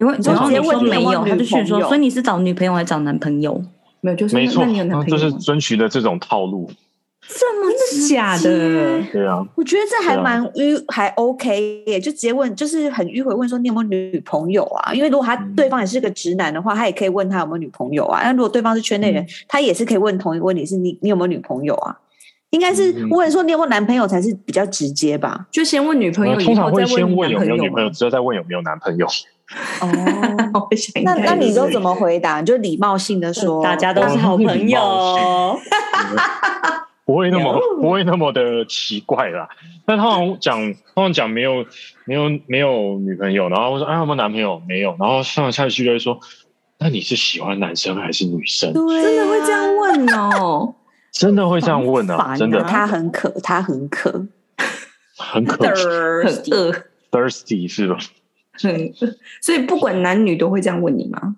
C: 因为
D: 就
C: 然后
D: 直接
C: 你
D: 问
C: 说
D: 你
C: 没
B: 有没
C: 有，
B: 有
C: 他就
B: 女
C: 去
B: 朋
C: 说，
B: 友
C: 所以你是找女朋友还是找男朋友？
A: 没有，就是
D: 没
A: 那
D: 错，
A: 那你有男
D: 啊
A: 朋
D: 就
A: 友
D: 是
A: 吗？
D: 遵循的这种套路，
C: 这么
A: 真的假的？
D: 对啊，
B: 我觉得这还
D: 对啊
B: 蛮迂，还 OK 耶，就直接问，就是很迂回问说你有没有女朋友啊？因为如果他
D: 嗯
B: 对方也是个直男的话，他也可以问他有没有女朋友啊。那如果对方是圈内人，
A: 嗯
B: 他也是可以问同一个问题是你你有没有女朋友啊？应该是
D: 嗯
B: 问说你有没有男朋友才是比较直接吧？
A: 就先问女朋友，
D: 呃通
A: 以后
D: 常
A: 再
D: 会先问
A: 男
D: 有没有女朋友，
A: 吗。
D: 之后再问有没有男朋友。
B: 哦，
A: 我想应
B: 那
A: 该
B: 那你
A: 是
B: 都怎么回答？你就礼貌性的说，
C: 大家都是好朋
A: 哦
C: 友，
D: 不会那么不会那么的奇怪啦，但他好像讲，他好像讲没有没有没有女朋友，然后我说哎有没有男朋友没有，然后上下一句就会说，那你是喜欢男生还是女生？
B: 对、啊
A: 真的会这样。 问哦？
D: 真的会这样问
C: 烦
D: 啊，
C: 啊
D: 真的
B: 他很渴，他很渴。
D: 很可
A: 很
C: Thirsty
A: 饿，
D: thirsty 是吧？
A: 很饿所以不管男女都会这样问你吗？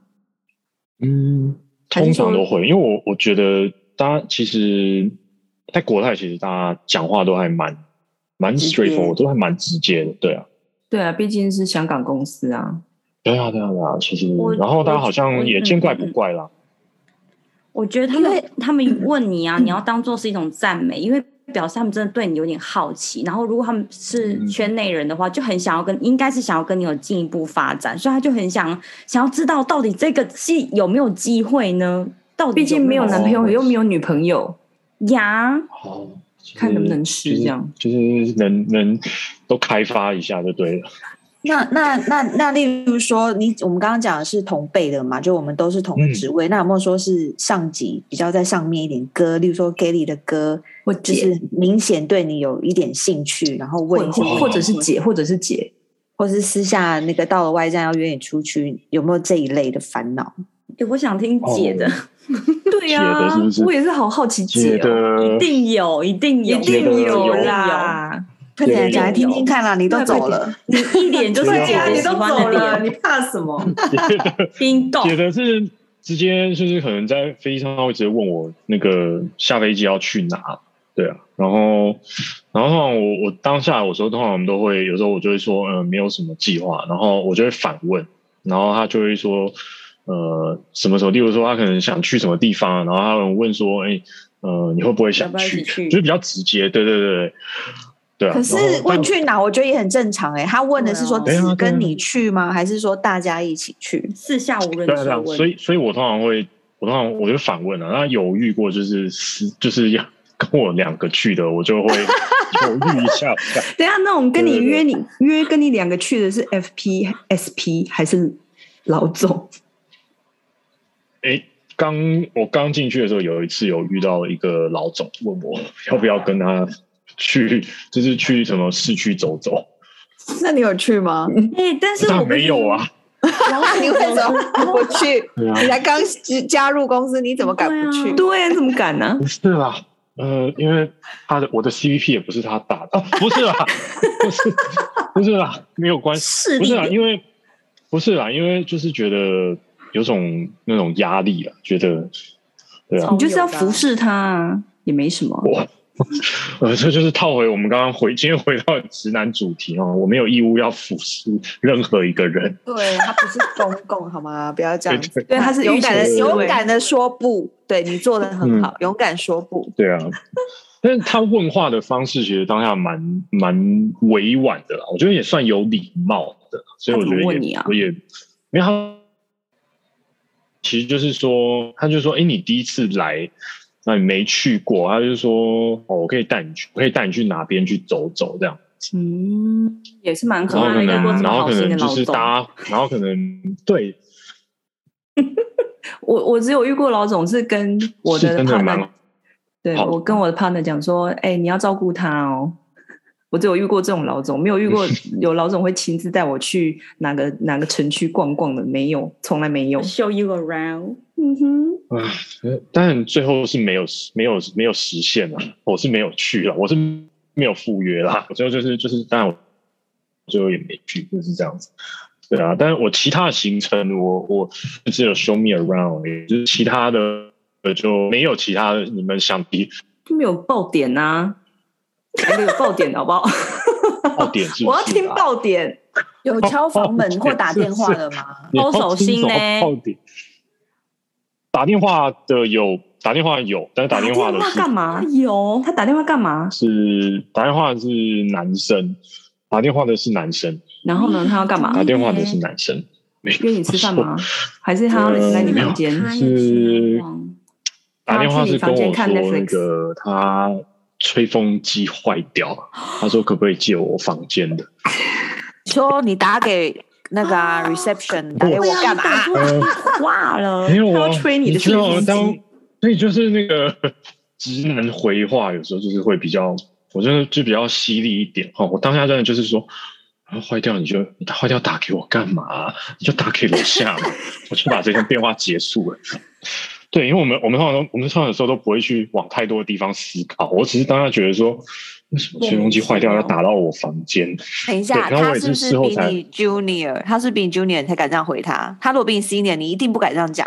D: 嗯，
A: 还是
D: 通常
A: 说
D: 都会，因为我我觉得大家其实，在国泰其实大家讲话都还蛮蛮
B: 直接
D: straightforward，都还蛮直接的，对啊，
A: 对啊，毕竟是香港公司啊。
D: 对啊，对啊，对啊，其实
C: 我
D: 然后大家好
C: 我
D: 像也见怪不怪啦，
C: 我觉得他们
B: 因
C: 他们问你啊，你要当做是一种赞美，因为表示他们真的对你有点好奇。然后如果他们是
D: 嗯
C: 圈内人的话，就很想要跟，应该是想要跟你有进一步发展，所以他就很想想要知道到底这个是有没有机会呢？到底
A: 毕竟没有
C: 有
A: 男朋友，又没有女朋友，
C: 呀，
D: 哦，就是
A: 看能不能吃
D: 就是
A: 这样
D: 就是能能都开发一下就对了。
B: 那那那那，例如说，你我们刚刚讲的是同辈的嘛，就我们都是
D: 嗯
B: 同个职位，那有没有说是上级比较在上面一点歌，例如说 Gally 的歌，
A: 或姐，
B: 就是明显对你有一点兴趣，然后
A: 或
B: 问一下，
A: 或或者是姐，或者是姐，
B: 或是私下那个到了外站要约你出去，有没有这一类的烦恼？
C: 诶我想听姐的， 啊
A: 对呀、
D: 哦姐的是不是
A: 我也是好好奇
D: 觉
A: 姐、哦，
D: 得
C: 一定有，一定有，
A: 一定
D: 有
A: 有
C: 一定
A: 啦。
B: 快点
D: 有
B: 讲来听听看啦，你都走了，
C: 有，你一脸就是
D: 对
C: 姐
D: 啊
C: 姐喜欢的脸，
A: 你怕什么？
C: 冰冻
D: 觉得是直接就是可能在飞机上他会直接问我那个下飞机要去哪，对啊，然后然后通常我我当下我说通常我们都会有时候我就会说嗯、呃、没有什么计划，然后我就会反问，然后他就会说呃什么时候，例如说他可能想去什么地方，然后他们问说哎呃你会不会想
C: 要不要一
D: 去，
C: 起去
D: 就是比较直接，对对对对。对啊，
B: 可是
D: 然后
B: 问去哪，我觉得也很正常哎、他问的是说
C: 对
D: 啊对啊
B: 只跟
D: 对
B: 你去吗？还是说大家一起去？
C: 四下无人
D: 对啊，对
C: 之
D: 啊，
C: 问，
D: 所以所以我通常会，我通常我就反问了、啊那犹豫过就是是就是要跟我两个去的，我就 会犹豫一下下。
A: 等一下，那我们跟你
D: 对对对
A: 约你约跟你两个去的是 FP、SP 还是老总？
D: 哎，刚我刚进去的时候，有一次有遇到一个老总问我要不要跟他去，就是去什么市区走走。
B: 那你有去吗？
C: 哎、但是
D: 那
C: 我
D: 没有，啊，
B: 然后你为什 么不去？
D: 对啊
B: 你才刚加加入公司，你怎么敢不去？
A: 啊对，怎么敢呢、
D: 不是啦，呃，因为他的我的 CVP 也不是他打的，啊、不是啦， 不是不是啦，没有关系，
C: 势
D: 不
C: 力
D: 是啊啦，因为不是啊啦，因为就是觉得有种那种压力啊，觉得对啊
C: 超，
A: 你就是要
C: 有的啊
A: 服侍他啊，也没什么。
D: 呃，这就是套回我们刚刚回今天回到直男主题哦，我没有义务要服侍任何一个人，
B: 对他不是公共好吗？ 不要这
D: 对
B: 样子。
D: 对
A: 对，他是
B: 勇
A: 御
B: 敢
A: 前
B: 的
A: 思
B: 勇
A: 维
B: 敢的说不，对你做的很
D: 嗯
B: 好，勇敢说不。
D: 对啊，但是他问话的方式其实当下蛮蛮委婉的啦，我觉得也算有礼貌的，所以我觉
A: 他怎
D: 得
A: 么问
D: 也
A: 你啊
D: 我也，因为他其实就是说，他就说，哎、你第一次来，那你没去过，他就说，哦，我可以带你去，我可以带你去哪边去走走这样。
A: 嗯，也是蛮可
D: 然后可
A: 爱的
C: 然后
A: 啊。
D: 能，
C: 这么
D: 然后
C: 好
D: 可
C: 心的
D: 能就
C: 老
D: 是
C: 总
D: 搭，然后可能对，
A: 我我只有遇过老总是跟我
D: 是
A: 的
D: 真的
A: partner，
D: 蛮
A: 对
D: 好的
A: 我跟我的 partner 讲说，哎、你要照顾他哦。 我只有遇过这种老总，没有 遇过有老总会亲自带我去哪个哪个城区逛逛的，没有，从来没有。
C: show you around，
A: 嗯哼，
D: 呃但最后是没有没有没有实现了，我是没有去了，我是没有赴约啦。我最后就是就是，当然我最后也没去，就是这样子。对啊，但是我其他的行程我，我只有 show me around，而已就是其他的呃就没有其他的。你们想提
A: 就没有爆点呐、啊，来个有爆点的好不好？
D: 爆点是不是、啊？
A: 我要听爆点。
B: 有敲房门或打电话的吗？
D: 哦你要听
C: 包手心呢
D: 什么爆点打电话的有，打电话有，但是打电话的
A: 打
D: 是
A: 干嘛？
C: 啊有
A: 他打电话干嘛？
D: 是打电话是男生，打电话的是男生，
A: 然后呢？他要干嘛
D: 打？电话的是男生，
A: 约你吃饭吗？还是他要
D: 呃
A: 来你
D: 没有
A: 房间？
D: 是打电话是跟我说那个他吹风机坏掉了，他说可不可以借我房间的？
B: 说你打给那个啊
C: 啊
B: reception，打给我干嘛？
C: 挂了
D: 呃没，有啊，
A: 他要吹你的
D: 知道
A: 吹风机
D: 当所以就是那个 直男回话，有时候就是会比较，我真的就比较犀利一点哦。我当下真的就是说。啊坏掉你就你坏掉打给我干嘛、啊你就打给楼下嘛，我就把这通电话结束了。 对，因为我们我们通常都我们通常有时候都不会去往太多的地方思考，我只是当下觉得说，为什么吹风机坏掉要打到我房间？
B: 等一下，
D: 对然后
B: 他
D: 我也
B: 是不
D: 是
B: 是
D: 事后
B: 比
D: 才
B: 你 junior？他是比你 junior 你才敢这样回他。他如果比你 senior，你一定不敢这样讲。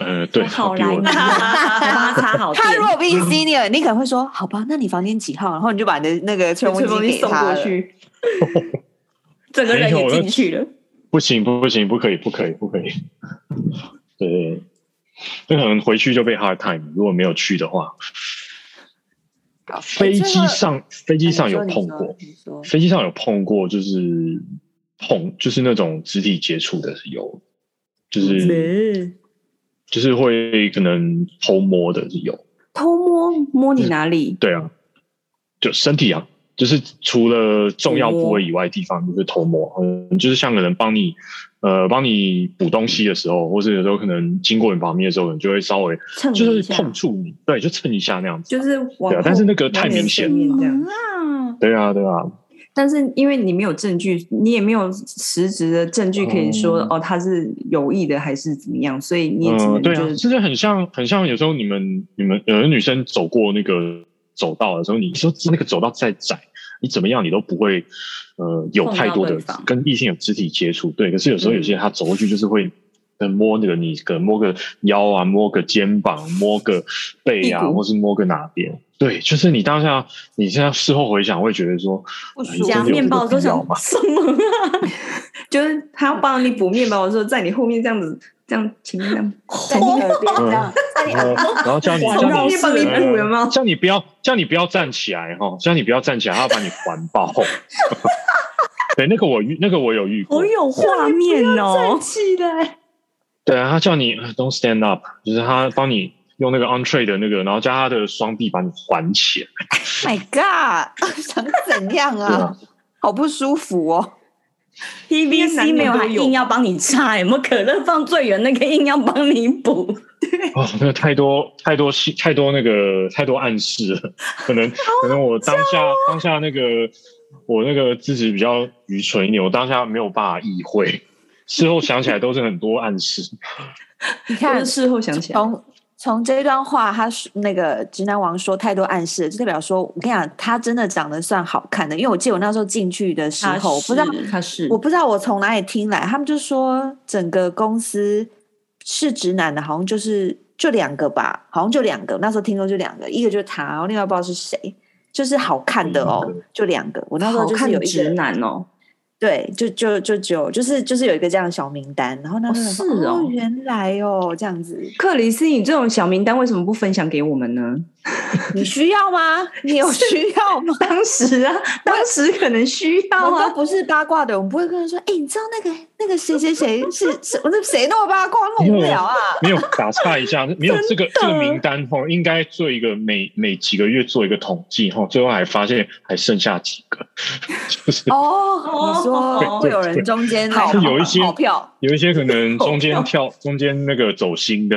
D: 呃，对，
C: 好
D: 比
C: 来
A: 啊
D: 我
C: 你，还帮他擦好
B: 他
C: 电
B: 如。果比你 senior，你可能会说：“好吧，那你房间几号？”然后你就把你的那个吹
A: 吹
B: 风
A: 风
B: 机
A: 机
B: 给
A: 送
B: 他
A: 过
B: 了。
A: 去。
C: 整个人也进去了。
D: 不行，不不行，不可以，不可以，不可以。 对，那可能回去就被 hard time，如果没有去的话，
B: 好
D: 飞
B: 哎最
D: 机
B: 后
D: 上飞机上有
B: 你说
D: 碰过，
B: 你 说你说
D: 飞机上有碰过，就是碰，就是那种肢体接触的有，
B: 嗯
D: 就是就是会可能偷摸的有，
A: 偷摸摸你哪里？
D: 对啊，就身体啊，就是除了重要部位以外的地方，就是头摸，嗯，就是像可能帮你，呃，帮你补东西的时候，或者有时候可能经过你旁边的时候，可能就会稍微
C: 蹭
D: 就
C: 一
D: 是
C: 下，
D: 碰触你，对，就蹭一下那样子，
A: 就是往
D: 对
A: 后，
D: 啊但是那个太明显了
A: 往你的背面这样
C: 嗯啊，
D: 对啊，对啊，
A: 但是因为你没有证据，你也没有实质的证据可以说
D: 嗯
A: 哦他是有意的还是怎么样，所以你也只
D: 嗯，
A: 能
D: 对
A: 就
D: 啊，
A: 是
D: 就是很像很像有时候你们你们有的女生走过那个走道的时候，你说那个走道再窄，你怎么样你都不会呃有
C: 碰
D: 太
C: 到
D: 多的
C: 对方
D: 跟异性有肢体接触，对。可是有时候有
A: 嗯
D: 些人他走过去就是会。呃摸那个你，可能摸个腰啊，摸个肩膀，摸个背啊，
A: 屁股
D: 或是摸个哪边？对，就是你当下，你现在事后回想，会觉得说，
B: 不
D: 哎
B: 舒
D: 真
B: 服
C: 夹
D: 的有这个
C: 面包都
D: 必
C: 想
D: 要吗
C: 什么啊？
A: 就是他要帮你补面包的时候，在你后面这样子，这样前面这样，
B: 在你耳边这样，在你
D: 然
B: 耳
D: 后
B: 边
A: 哦
D: 然后叫你
C: 从
D: 叫
C: 后
D: 你
A: 面帮你
C: 是
A: 补有没有？
D: 叫你不要，叫你不要站起来哈，叫你不要站起来，他要把你环抱。 对，那个我遇，那个我有遇过
C: 好。有画面哦！
A: 起来，
D: 对啊，他叫你呃 don't stand up，就是他帮你用那个 entree 的那个，然后叫他的双臂把你环起来。
B: My God，想 怎样
D: 对
B: 啊
D: 啊？
B: 好不舒服哦。
C: PVC 没有还硬要帮你擦，有没有可乐放最远那个硬要帮你补？
D: 哦，那个太多太多戏，太多那个太多暗示了，可能可能我当下
A: 哦
D: 当下那个我那个自己比较愚蠢一点，我当下没有办法意会，事后想起来都是很多暗示。
B: 你
A: 就
B: 看
A: 是，事后想起来，
B: 从从这段话，他说那个直男王说太多暗示了，就代表说，我跟你讲，他真的长得算好看的。因为我记得我那时候进去的时候，我不知道，
C: 他是
B: 我不知道我从哪里听来，他们就说整个公司是直男的，好像就是就两个吧，好像就两个。那时候听说就两个，一个就是他，然后另外不知道是谁，就是好看的哦
D: 嗯，
B: 就两个。我那时候
A: 好
B: 就是
A: 看
B: 有一
A: 直
B: 个，
A: 男哦，
B: 对，就就就只有就是就是有一个这样的小名单，然后那时候想
C: 哦是
B: 说
C: 哦
B: 原来哦这样子。
A: 克里斯，你这种小名单为什么不分享给我们呢？
B: 你需要吗？你有需要 吗？
A: 当时啊，当时可能需
B: 我
A: 要
B: 们
A: 啊
B: 都。不是八卦的，我们不会跟人说，哎、你知道那个那个谁谁谁是是，我那谁那么八卦，那么无聊啊？
D: 没有打岔 一下，没有这个这个名单哈，应该做一个每每几个月做一个统计哈，最后还发现还剩下几个，就是
B: 哦，你说会有人中间
D: 对
B: 来
D: 对有一些
B: 跑票
D: 有一些可能中间 跳中间那个走心的，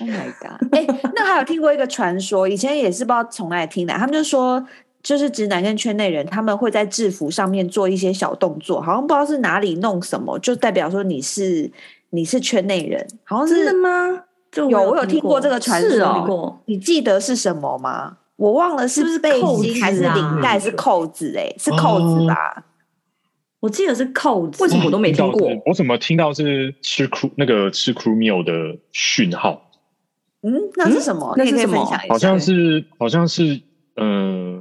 B: ？Oh my god！哎、那还有听过一个传说，以前也是不知道从哪里听来，他们就说。就是直男跟圈内人，他们会在制服上面做一些小动作，好像不知道是哪里弄什么，就代表说你是你是圈内人，好像
C: 真
B: 是
C: 的吗？就
B: 有我
C: 我
B: 有听过这个传
C: 是
B: 说
C: 哦，过
B: 你记得是什么吗？我忘了是
C: 是不是
B: 背
C: 扣
B: 心
C: 子
B: 还是
C: 啊
B: 领
D: 嗯
B: 带，是扣子哎、是扣子
D: 哦
B: 吧？
C: 我记得是扣子，
A: 为什么我都没听过
D: 到是我怎么听到是吃 crew 那个吃 crew meal 的讯号？
B: 嗯，那是什么？
A: 那
B: 你也
A: 是
B: 可以
A: 什么
B: 分享一下
D: 好像是好像是呃，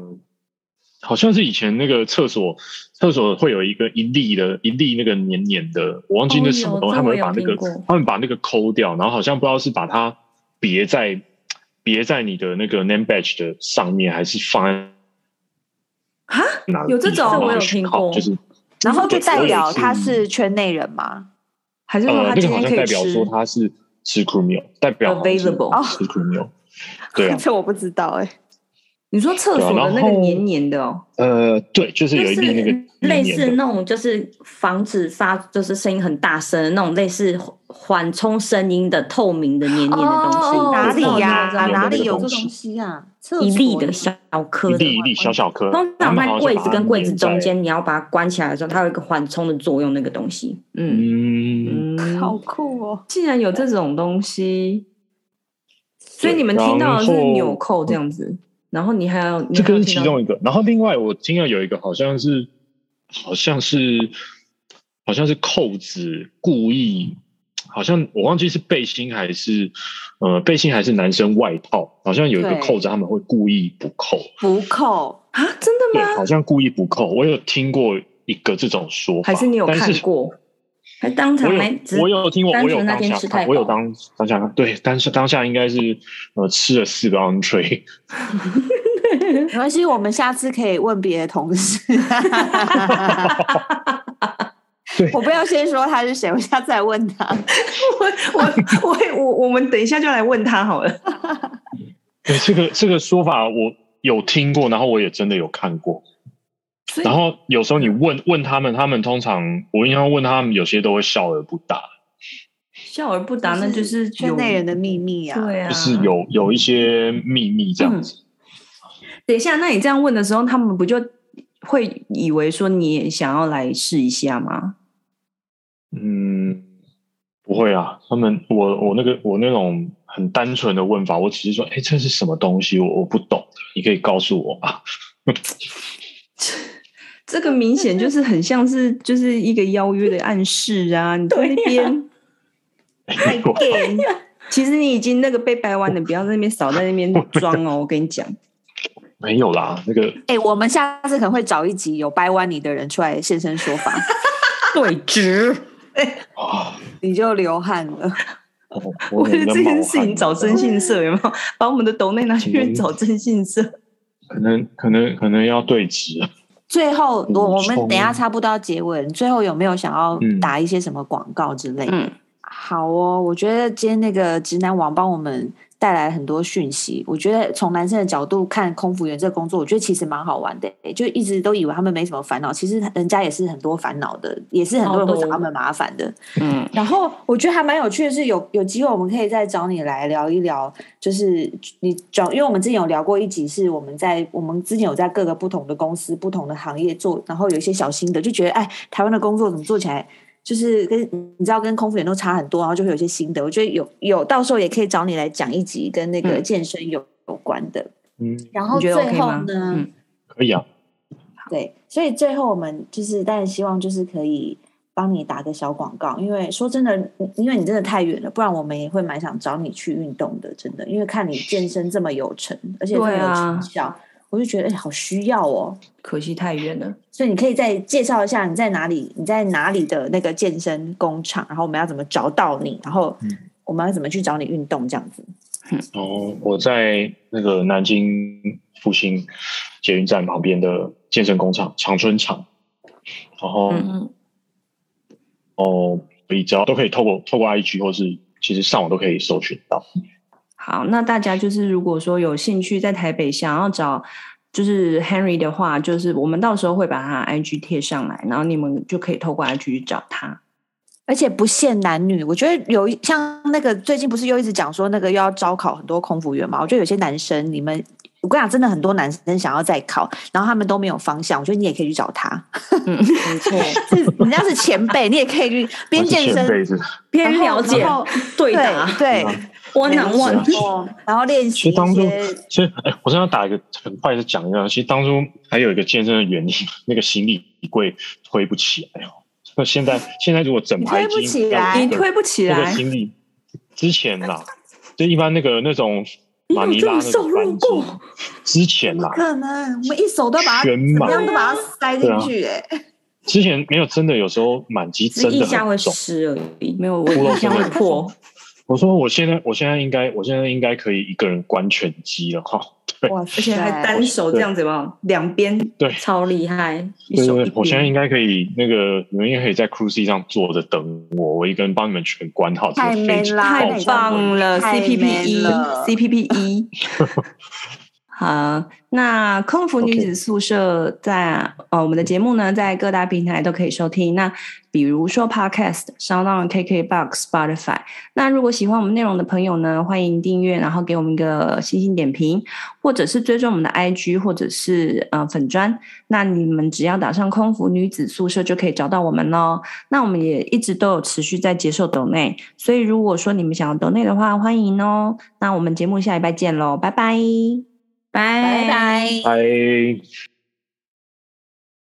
D: 好像是以前那个厕所厕所会有一个一粒的一粒那个黏黏的，我忘记那是什么东西，
C: 哦有
D: 他们会把那
C: 这我有
D: 个
C: 听过
D: 他们把那个抠掉，然后好像不知道是把它别在别在你的那个 name badge 的上面，还是放在
A: 啊，
D: 哪个
A: 有这
D: 地
A: 种
D: 方然后
A: 我有
D: 讯
C: 听
D: 号
C: 过
D: 就是
B: 然后就代表他
D: 我有嗯
B: 是圈内人吗？
A: 还是说
D: 呃
A: 他，
D: 那
A: 今
D: 个好
A: 天可
D: 像代
A: 以
D: 表
A: 吃
D: 说他是吃 crew meal，代表好像是
A: Available
D: 吃 crew meal，对
B: ，
D: 啊
B: 这我不知道哎、
A: 你说厕所的那
D: 对啊然
A: 个
D: 后
A: 黏黏的哦，
D: 呃，对，就是有
C: 就
D: 一粒那个
C: 是类
D: 黏
C: 似
D: 黏的
C: 那种，就是防止发就是声音很大声的那种，类似缓冲声音的透明的黏黏的东西，
D: 哦
B: 哪
D: 我知道
B: 里呀、啊
D: 我知道
B: 哪里有
D: 有这个东
B: 这
D: 西
B: 东西啊？厕
C: 一粒的
B: 所
C: 小颗
D: 一
C: 的
D: 粒一粒小小颗，
C: 通
D: 他
C: 常
D: 们
C: 在
D: 好像是
C: 柜
D: 把
C: 子
D: 它
C: 跟柜子
D: 粘在
C: 中，间，你要把它关起来的时候，它有一个缓冲的作用，那个东西。
A: 嗯
D: 嗯，
A: 嗯，
B: 好酷 哦！
A: 竟然有这种东西，所以你们听到的是
D: 然后
A: 纽扣这样子，然后你还要
D: 这个是其，
A: 你还要听到
D: 中一个。然后另外我听到有一个好像是，好像是，好像是扣子故意，好像我忘记是背心还是呃背心还是男生外套，好像有一个
B: 对
D: 扣子他们会故意不扣，
B: 不扣，
A: 啊，真的
D: 对，
A: 吗？
D: 好像故意不扣。我有听过一个这种说法，
A: 还是你有
D: 但
A: 看过？哎
C: 还当场
D: 我
C: 来，
D: 有我有听过，
C: 单
D: 我
C: 纯
D: 有
C: 那
D: 当
C: 天
D: 下
C: 吃太
D: 看，
C: 饱
D: 我有当当下看，对，当时当下应该是呃吃了四个 entree，
B: 没关系，我们下次可以问别的同事。
D: 对
B: 我不要先说他是谁，我下次再问他。
A: 我 我我我我们等一下就来问他好了。
D: 对，这个这个说法我有听过，然后我也真的有看过。
A: 所以
D: 然后有时候你问问他们，他们通常我印象问他们，有些都会笑而不答，
C: 啊
A: 笑而不答，那就是
B: 圈内人的秘密
A: 有
B: 啊。
A: 对啊，
D: 就是有有一些秘密这样子。
A: 等一下，那你这样问的时候，他们不就会以为说你也想要来试一下吗？
D: 嗯，不会啊，他们我我那个我那种很单纯的问法，我只是说，哎，这是什么东西？我我不懂，你可以告诉我吗？
A: 这个明显就是很像是就是一个邀约的暗示啊！你在那边，哎
B: 太 gay 了
A: 其实你已经那个被掰弯了，不要在那边少在那边装哦！我跟你 讲，
D: 没有啦，那个
B: 哎、我们下次可能会找一集有掰弯你的人出来现身说 法，
C: 对直，
D: 啊，
B: 你就流汗了。
D: 我
A: 为
D: 很
A: 了
D: 冷
A: 这件
D: 冒
A: 事
D: 汗
A: 情找征信社有没有？把我们的抖内拿去找征信社，
D: 可能可能可能要对峙了。
B: 最后，
D: 嗯
B: 我我们
D: 冲
B: 等一下差不多要结尾，最后有没有想要
D: 嗯
B: 打一些什么广告之类的？
A: 嗯
B: 好哦，我觉得今天那个直男网帮我们带来很多讯息。我觉得从男生的角度看空服员这个工作，我觉得其实蛮好玩的、欸就一直都以为他们没什么烦恼，其实人家也是很多烦恼的，也是很多人会找他们麻烦的。
A: 嗯，
B: 然后我觉得还蛮有趣的是有，有机会我们可以再找你来聊一聊，就是你转，因为我们之前有聊过一集，是我们在我们之前有在各个不同的公司、不同的行业做，然后有一些小心得，就觉得哎，台湾的工作怎么做起来就是跟你知道跟空腹运动差很多，然后就会有一些心得。我觉得有有，到时候也可以找你来讲一集跟那个
A: 嗯
B: 健身有、有关的。
D: 嗯，
B: 然后
A: 你觉
B: 最
A: 得 OK
B: 后
A: 吗？
B: 呢，
A: 嗯，
D: 可以啊，
B: 对，所以最后我们就是，但希望就是可以帮你打个小广告，因为说真的，嗯因为你真的太远了，不然我们也会蛮想找你去运动的，真的，因为看你健身这么有成，而且这么
A: 对啊
B: 有成效，我就觉得哎、好需要哦。
A: 可惜太远了。
B: 所以你可以再介绍一下你在哪里，你在哪里的那个健身工厂，然后我们要怎么找到你，然后
D: 嗯
B: 我们要怎么去找你运动这样子。
D: 哦，我在那个南京复兴捷运站旁边的健身工厂长春厂，然后、
A: 嗯
D: 哦，可以只要都可以透过透过 IG 或是其实上网都可以搜寻到。
A: 好，那大家就是如果说有兴趣在台北想要找就是 Henry 的话，就是我们到时候会把他 IG 贴上来，然后你们就可以透过 IG 去找他。
B: 而且不限男女，我觉得有一像那个最近不是又一直讲说那个又要招考很多空服员嘛？我觉得有些男生，你们我跟你讲，真的很多男生想要再考，然后他们都没有方向。我觉得你也可以去找他，
C: 嗯没错，
B: 是人家是前辈，你也可以去边
D: 我是
B: 健
D: 前
B: 身
D: 辈子，
C: 别
B: 然
C: 人
B: 后
C: 了解
B: 然后
C: 对
B: 对
C: 答
B: 对，
C: ，one on
D: 是啊
C: one，
B: 哦，然后练习
D: 其实当
B: 一
D: 初
B: 些
D: 其实哎，我现在打一个很快的讲一下，其实当初还有一个健身的原因，那个行李柜推不起来哦。那现在现在如果整排
B: 你推不
D: 机
B: 起
D: 要
B: 来
D: 有
A: 你
D: 一个
A: 推不起
D: 那个
A: 来，
D: 行李之前 啦，就一般那个那种
C: 你
D: 马
C: 有
D: 尼
C: 这
D: 拉
C: 么
D: 那种
C: 瘦弱
D: 班
C: 过
D: 机？之前
B: 怎么
D: 啦，
B: 可能？我们一手都把它怎
D: 全
B: 么
D: 满
B: 样都把
C: 啊
B: 它塞进去、哎、
D: 之前没有真的有时候满机
C: 只是
D: 真
C: 腋
D: 的
C: 下会
D: 很重。
C: 湿而已。
A: 没有我
D: 骷髅
A: 印象会
D: 真的
A: 破。
D: 我说我现在我现在应该我现在应该可以一个人关拳击了哈。
B: 哇
A: 而且还单手这样子吧，两边
D: 对
C: 超厉害，
A: 一手一
D: 对我现在应
A: 边。
D: 该可以那个你们应该可以在 Cruise 上坐着等我，我一个人帮你们全关好这
B: 太
D: 个飞
B: man
D: 机
B: 啦
D: 爆
A: 太
D: 炸
A: 棒了
B: 太
A: CPP 一
B: man 了
A: ，CPP 一。 好，那空服女子宿舍在呃我们的节目呢，在各大平台都可以收听。那比如说 Podcast、SoundOn、KKBox、Spotify。那如果喜欢我们内容的朋友呢，欢迎订阅，然后给我们一个星星点评，或者是追踪我们的 IG 或者是呃粉砖。那你们只要打上“空服女子宿舍”就可以找到我们喽。那我们也一直都有持续在接受抖内，所以如果说你们想要抖内的话，欢迎哦。那我们节目下礼拜见喽，拜拜。
C: 拜
B: 拜拜。
D: 哎。